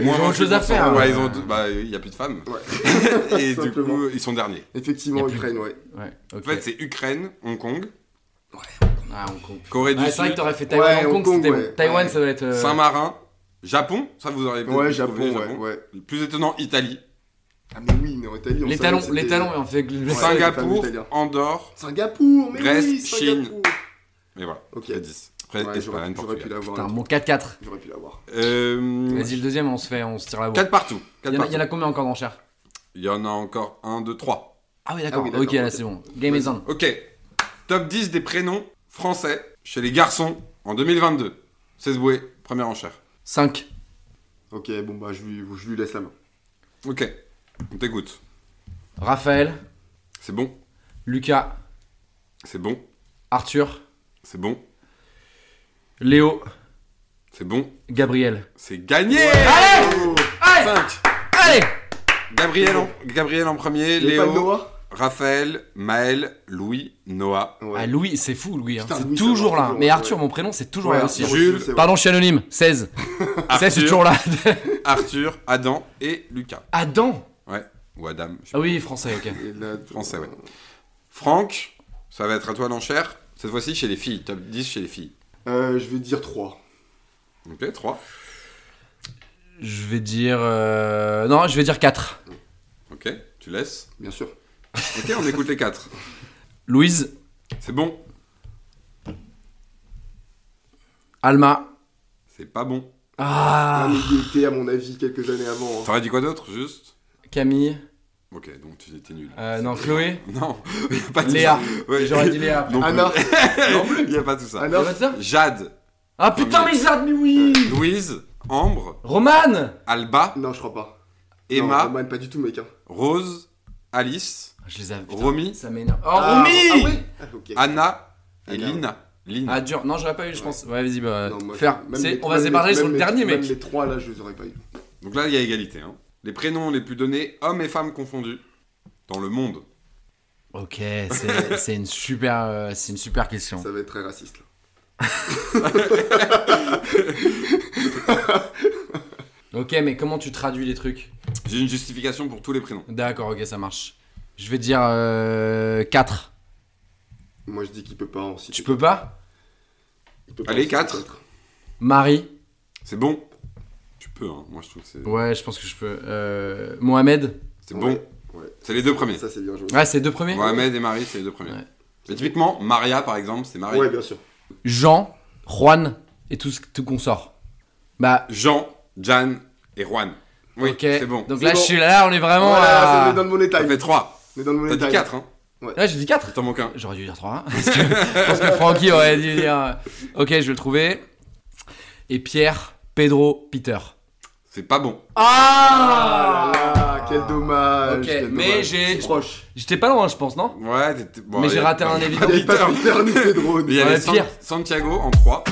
[SPEAKER 2] Ils ont autre chose à
[SPEAKER 1] 28%.
[SPEAKER 2] faire.
[SPEAKER 1] Ouais, ils ont. Bah, il n'y a plus de femmes. Et du
[SPEAKER 3] hein. Simplement.
[SPEAKER 1] coup, ils sont derniers.
[SPEAKER 3] Effectivement,
[SPEAKER 2] Y a plus-
[SPEAKER 3] Ukraine, ouais.
[SPEAKER 2] Ouais. Ok.
[SPEAKER 1] En fait, c'est Ukraine, Hong Kong,
[SPEAKER 2] Ah, Hong Kong.
[SPEAKER 1] Corée du
[SPEAKER 2] Ouais, c'est vrai que
[SPEAKER 1] Sud,
[SPEAKER 2] t'aurais fait Taïwan.
[SPEAKER 3] Ouais,
[SPEAKER 2] Hong Kong,
[SPEAKER 3] Hong Kong,
[SPEAKER 2] c'était bon.
[SPEAKER 3] ouais.
[SPEAKER 2] Taïwan,
[SPEAKER 3] Ouais.
[SPEAKER 2] ça doit être. euh,
[SPEAKER 1] Saint-Marin, Japon. Ça, vous auriez peut-être
[SPEAKER 3] Ouais,
[SPEAKER 1] pu
[SPEAKER 3] Japon,
[SPEAKER 1] trouver,
[SPEAKER 3] ouais, ouais.
[SPEAKER 1] Le Plus étonnant, Italie.
[SPEAKER 3] Ah mais oui, mais en Italie, on
[SPEAKER 2] Les
[SPEAKER 3] savait que
[SPEAKER 2] talons,
[SPEAKER 3] c'était-
[SPEAKER 2] les talons, et on fait.
[SPEAKER 3] Ouais.
[SPEAKER 1] Singapour,
[SPEAKER 3] les femmes italiennes.
[SPEAKER 1] Andorre.
[SPEAKER 3] Singapour, mais
[SPEAKER 1] Grèce,
[SPEAKER 3] oui,
[SPEAKER 1] Chine.
[SPEAKER 3] Singapour.
[SPEAKER 1] Et voilà.
[SPEAKER 3] Ok.
[SPEAKER 1] C'est 10. Après,
[SPEAKER 3] Ouais,
[SPEAKER 1] Espagne,
[SPEAKER 3] j'aurais j'aurais pu
[SPEAKER 1] Portugal.
[SPEAKER 3] l'avoir.
[SPEAKER 2] Putain,
[SPEAKER 3] l'autre.
[SPEAKER 2] bon 4-4.
[SPEAKER 3] J'aurais pu l'avoir.
[SPEAKER 1] Euh,
[SPEAKER 2] Vas-y, le deuxième, on se fait, on se tire la bourre.
[SPEAKER 1] 4 partout.
[SPEAKER 2] Il
[SPEAKER 1] Quatre
[SPEAKER 2] y, en a- il y en
[SPEAKER 1] partout.
[SPEAKER 2] a combien encore d'enchères
[SPEAKER 1] Il y en a encore 1, 2, 3.
[SPEAKER 2] Ah oui, d'accord.
[SPEAKER 3] Ah oui, d'accord,
[SPEAKER 2] ok, là
[SPEAKER 3] ok.
[SPEAKER 2] c'est bon. Game is on.
[SPEAKER 1] Ok. Top 10 des prénoms français chez les garçons en 2022. C'est Zoué, première enchère.
[SPEAKER 2] 5.
[SPEAKER 3] Ok, bon bah je lui, je lui laisse la main.
[SPEAKER 1] Ok. On t'écoute.
[SPEAKER 2] Raphaël,
[SPEAKER 1] C'est bon.
[SPEAKER 2] Lucas,
[SPEAKER 1] C'est bon.
[SPEAKER 2] Arthur,
[SPEAKER 1] C'est bon.
[SPEAKER 2] Léo,
[SPEAKER 1] C'est bon.
[SPEAKER 2] Gabriel.
[SPEAKER 1] C'est gagné
[SPEAKER 2] Allez
[SPEAKER 3] Oh,
[SPEAKER 2] Allez
[SPEAKER 1] Cinq.
[SPEAKER 2] Allez
[SPEAKER 1] Gabriel en, Gabriel en premier,
[SPEAKER 3] Les pas de
[SPEAKER 1] Léo,
[SPEAKER 3] Noah
[SPEAKER 1] Raphaël, Maël, Louis, Noah.
[SPEAKER 3] Ouais.
[SPEAKER 2] Ah, Louis, c'est fou, Louis. hein.
[SPEAKER 3] Putain,
[SPEAKER 2] C'est
[SPEAKER 3] Louis, ça
[SPEAKER 2] toujours
[SPEAKER 3] marche
[SPEAKER 2] là.
[SPEAKER 3] toujours,
[SPEAKER 2] Mais
[SPEAKER 3] ouais,
[SPEAKER 2] Arthur,
[SPEAKER 3] ouais.
[SPEAKER 2] mon prénom, c'est toujours
[SPEAKER 3] Ouais,
[SPEAKER 2] là
[SPEAKER 3] Arthur
[SPEAKER 2] aussi.
[SPEAKER 1] Arthur. Jules,
[SPEAKER 3] c'est vrai.
[SPEAKER 2] Pardon, je suis anonyme. 16. 16, c'est toujours là.
[SPEAKER 1] Arthur, Adam et Lucas.
[SPEAKER 2] Adam
[SPEAKER 1] Ouais, ou Adam. je sais
[SPEAKER 2] Ah oui, français, ok.
[SPEAKER 3] Et là,
[SPEAKER 1] pas. Français, ouais. Franck, ça va être à toi l'enchère. Cette fois-ci chez les filles, top 10 chez les filles.
[SPEAKER 3] Euh, je vais dire 3.
[SPEAKER 1] Ok, 3.
[SPEAKER 2] Je vais dire. euh, Non, je vais dire 4.
[SPEAKER 1] Ok, tu laisses.
[SPEAKER 3] Bien sûr.
[SPEAKER 1] Ok, on écoute les 4.
[SPEAKER 2] Louise,
[SPEAKER 1] C'est bon.
[SPEAKER 2] Alma.
[SPEAKER 1] C'est pas bon.
[SPEAKER 2] Ah
[SPEAKER 3] Ah. Il y était, à mon avis, quelques années avant. hein.
[SPEAKER 1] T'aurais dit quoi d'autre, juste
[SPEAKER 2] Camille.
[SPEAKER 1] Ok, donc tu étais nul.
[SPEAKER 2] Euh, non, Chloé.
[SPEAKER 1] Non, il n'y a pas tout
[SPEAKER 2] Léa.
[SPEAKER 1] ça. Ouais,
[SPEAKER 2] J'aurais dit Léa.
[SPEAKER 1] Non
[SPEAKER 3] Anna.
[SPEAKER 1] plus. Il n'y a pas tout ça.
[SPEAKER 3] Anna.
[SPEAKER 2] Ça va te dire
[SPEAKER 1] Jade,
[SPEAKER 2] Ah putain, mais Zard, mais oui
[SPEAKER 1] Louise, Ambre,
[SPEAKER 2] Romane
[SPEAKER 1] Alba,
[SPEAKER 3] Non, je crois pas.
[SPEAKER 1] Emma,
[SPEAKER 3] Non, Roman, pas du tout, mec. Hein.
[SPEAKER 1] Rose, Alice,
[SPEAKER 2] Ah, Je les avais. putain,
[SPEAKER 1] Romy.
[SPEAKER 2] Ça m'énerve. Oh,
[SPEAKER 3] Ah,
[SPEAKER 2] Romy
[SPEAKER 3] ah ouais Ah, ok.
[SPEAKER 1] Anna et
[SPEAKER 3] Anna.
[SPEAKER 1] Lina. Lina.
[SPEAKER 2] Ah dur, non j'aurais pas eu je pense. Ouais vas-y bah
[SPEAKER 3] Non, moi,
[SPEAKER 2] faire.
[SPEAKER 3] même
[SPEAKER 2] C'est-
[SPEAKER 3] les-
[SPEAKER 2] On va
[SPEAKER 3] même
[SPEAKER 2] se débarrasser
[SPEAKER 3] les-
[SPEAKER 2] sur
[SPEAKER 3] même
[SPEAKER 2] le
[SPEAKER 3] les-
[SPEAKER 2] dernier
[SPEAKER 3] même
[SPEAKER 2] mec.
[SPEAKER 3] les 3 là, je les aurais pas eu.
[SPEAKER 1] Donc là, il y a égalité. hein. Les prénoms les plus donnés, hommes et femmes confondus, dans le monde.
[SPEAKER 2] Ok, c'est c'est une super euh, c'est une super question.
[SPEAKER 3] Ça va être très raciste. là.
[SPEAKER 2] Ok mais comment tu traduis les trucs
[SPEAKER 1] J'ai une justification pour tous les prénoms.
[SPEAKER 2] D'accord ok ça marche. Je vais dire 4.
[SPEAKER 3] Moi, je dis qu'il peut pas en citer.
[SPEAKER 2] Tu peux pas
[SPEAKER 3] Il peut pas
[SPEAKER 1] Allez,
[SPEAKER 3] en citer
[SPEAKER 1] quatre.
[SPEAKER 3] quatre.
[SPEAKER 2] Marie.
[SPEAKER 1] C'est bon. Tu peux, hein. moi je trouve que c'est
[SPEAKER 2] Ouais je pense que je peux. Euh, Mohamed.
[SPEAKER 1] c'est
[SPEAKER 3] Ouais.
[SPEAKER 1] bon.
[SPEAKER 3] Ouais.
[SPEAKER 1] C'est les deux premiers.
[SPEAKER 3] Ça, c'est bien joué.
[SPEAKER 2] Ouais c'est les deux premiers.
[SPEAKER 1] Mohamed et Marie, c'est les deux premiers.
[SPEAKER 2] Ouais.
[SPEAKER 1] Mais typiquement, Maria par exemple, c'est Marie.
[SPEAKER 3] Ouais, bien sûr.
[SPEAKER 2] Jean, Juan et tout ce tout consort. Bah
[SPEAKER 1] Jean, Jan et Juan. Oui,
[SPEAKER 2] ok.
[SPEAKER 1] c'est bon.
[SPEAKER 2] Donc
[SPEAKER 3] C'est
[SPEAKER 2] là
[SPEAKER 3] bon.
[SPEAKER 2] je suis là on est vraiment.
[SPEAKER 3] Voilà,
[SPEAKER 2] à-
[SPEAKER 3] ça, on est dans le money
[SPEAKER 1] Ça fait
[SPEAKER 3] time.
[SPEAKER 1] 3.
[SPEAKER 3] On est dans le money
[SPEAKER 1] T'as
[SPEAKER 3] time.
[SPEAKER 1] dit 4, hein
[SPEAKER 2] Ouais j'ai dit 4
[SPEAKER 1] Il t'en manque un.
[SPEAKER 2] J'aurais dû dire hein. 3. parce que je pense que Francky aurait dû dire. euh, Ok, je vais le trouver. Et Pierre, Pedro, Peter.
[SPEAKER 1] C'est pas bon.
[SPEAKER 3] Ah là là, quel dommage.
[SPEAKER 2] Ok,
[SPEAKER 3] quel
[SPEAKER 2] mais
[SPEAKER 3] dommage.
[SPEAKER 2] j'ai-
[SPEAKER 3] C'est Proche.
[SPEAKER 2] J'étais pas loin, je pense, non
[SPEAKER 1] Ouais, t'es- t'es- bon,
[SPEAKER 2] Mais j'ai
[SPEAKER 1] y a-
[SPEAKER 2] raté un
[SPEAKER 1] y a pas
[SPEAKER 2] évident.
[SPEAKER 3] Il n'y avait pas
[SPEAKER 1] Peter.
[SPEAKER 3] Peter ni Pedro.
[SPEAKER 1] Il y
[SPEAKER 2] Ouais,
[SPEAKER 1] avait San-
[SPEAKER 2] pire.
[SPEAKER 1] Santiago en 3.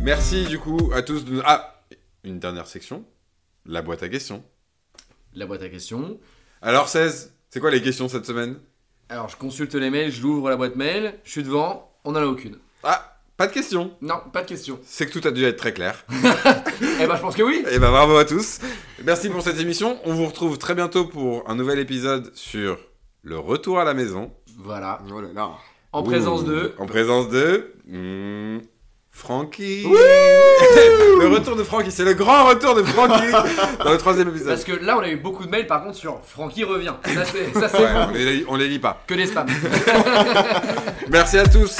[SPEAKER 1] Merci du coup à tous. De... Ah, une dernière section. La boîte à questions.
[SPEAKER 2] La boîte à questions.
[SPEAKER 1] Alors 16, c'est quoi les questions cette semaine
[SPEAKER 2] Alors, je consulte les mails, je l'ouvre la boîte mail, je suis devant, on n'en a aucune.
[SPEAKER 1] Ah, pas de questions.
[SPEAKER 2] Non, pas de questions.
[SPEAKER 1] C'est que tout a dû être très clair.
[SPEAKER 2] Eh ben, je pense que oui
[SPEAKER 1] Et ben bravo à tous. Merci pour cette émission. On vous retrouve très bientôt pour un nouvel épisode sur le retour à la maison.
[SPEAKER 2] Voilà.
[SPEAKER 3] Oh là là.
[SPEAKER 2] En
[SPEAKER 1] Ouh.
[SPEAKER 2] présence de.
[SPEAKER 1] En présence de. hmm, Francky. le retour de Francky, c'est le grand retour de Francky dans le troisième épisode.
[SPEAKER 2] Parce que là, on a eu beaucoup de mails par contre sur Francky revient. Ça, c'est ça, c'est
[SPEAKER 1] Ouais,
[SPEAKER 2] bon.
[SPEAKER 1] on les, on les lit pas.
[SPEAKER 2] Que des spams.
[SPEAKER 1] Merci à tous.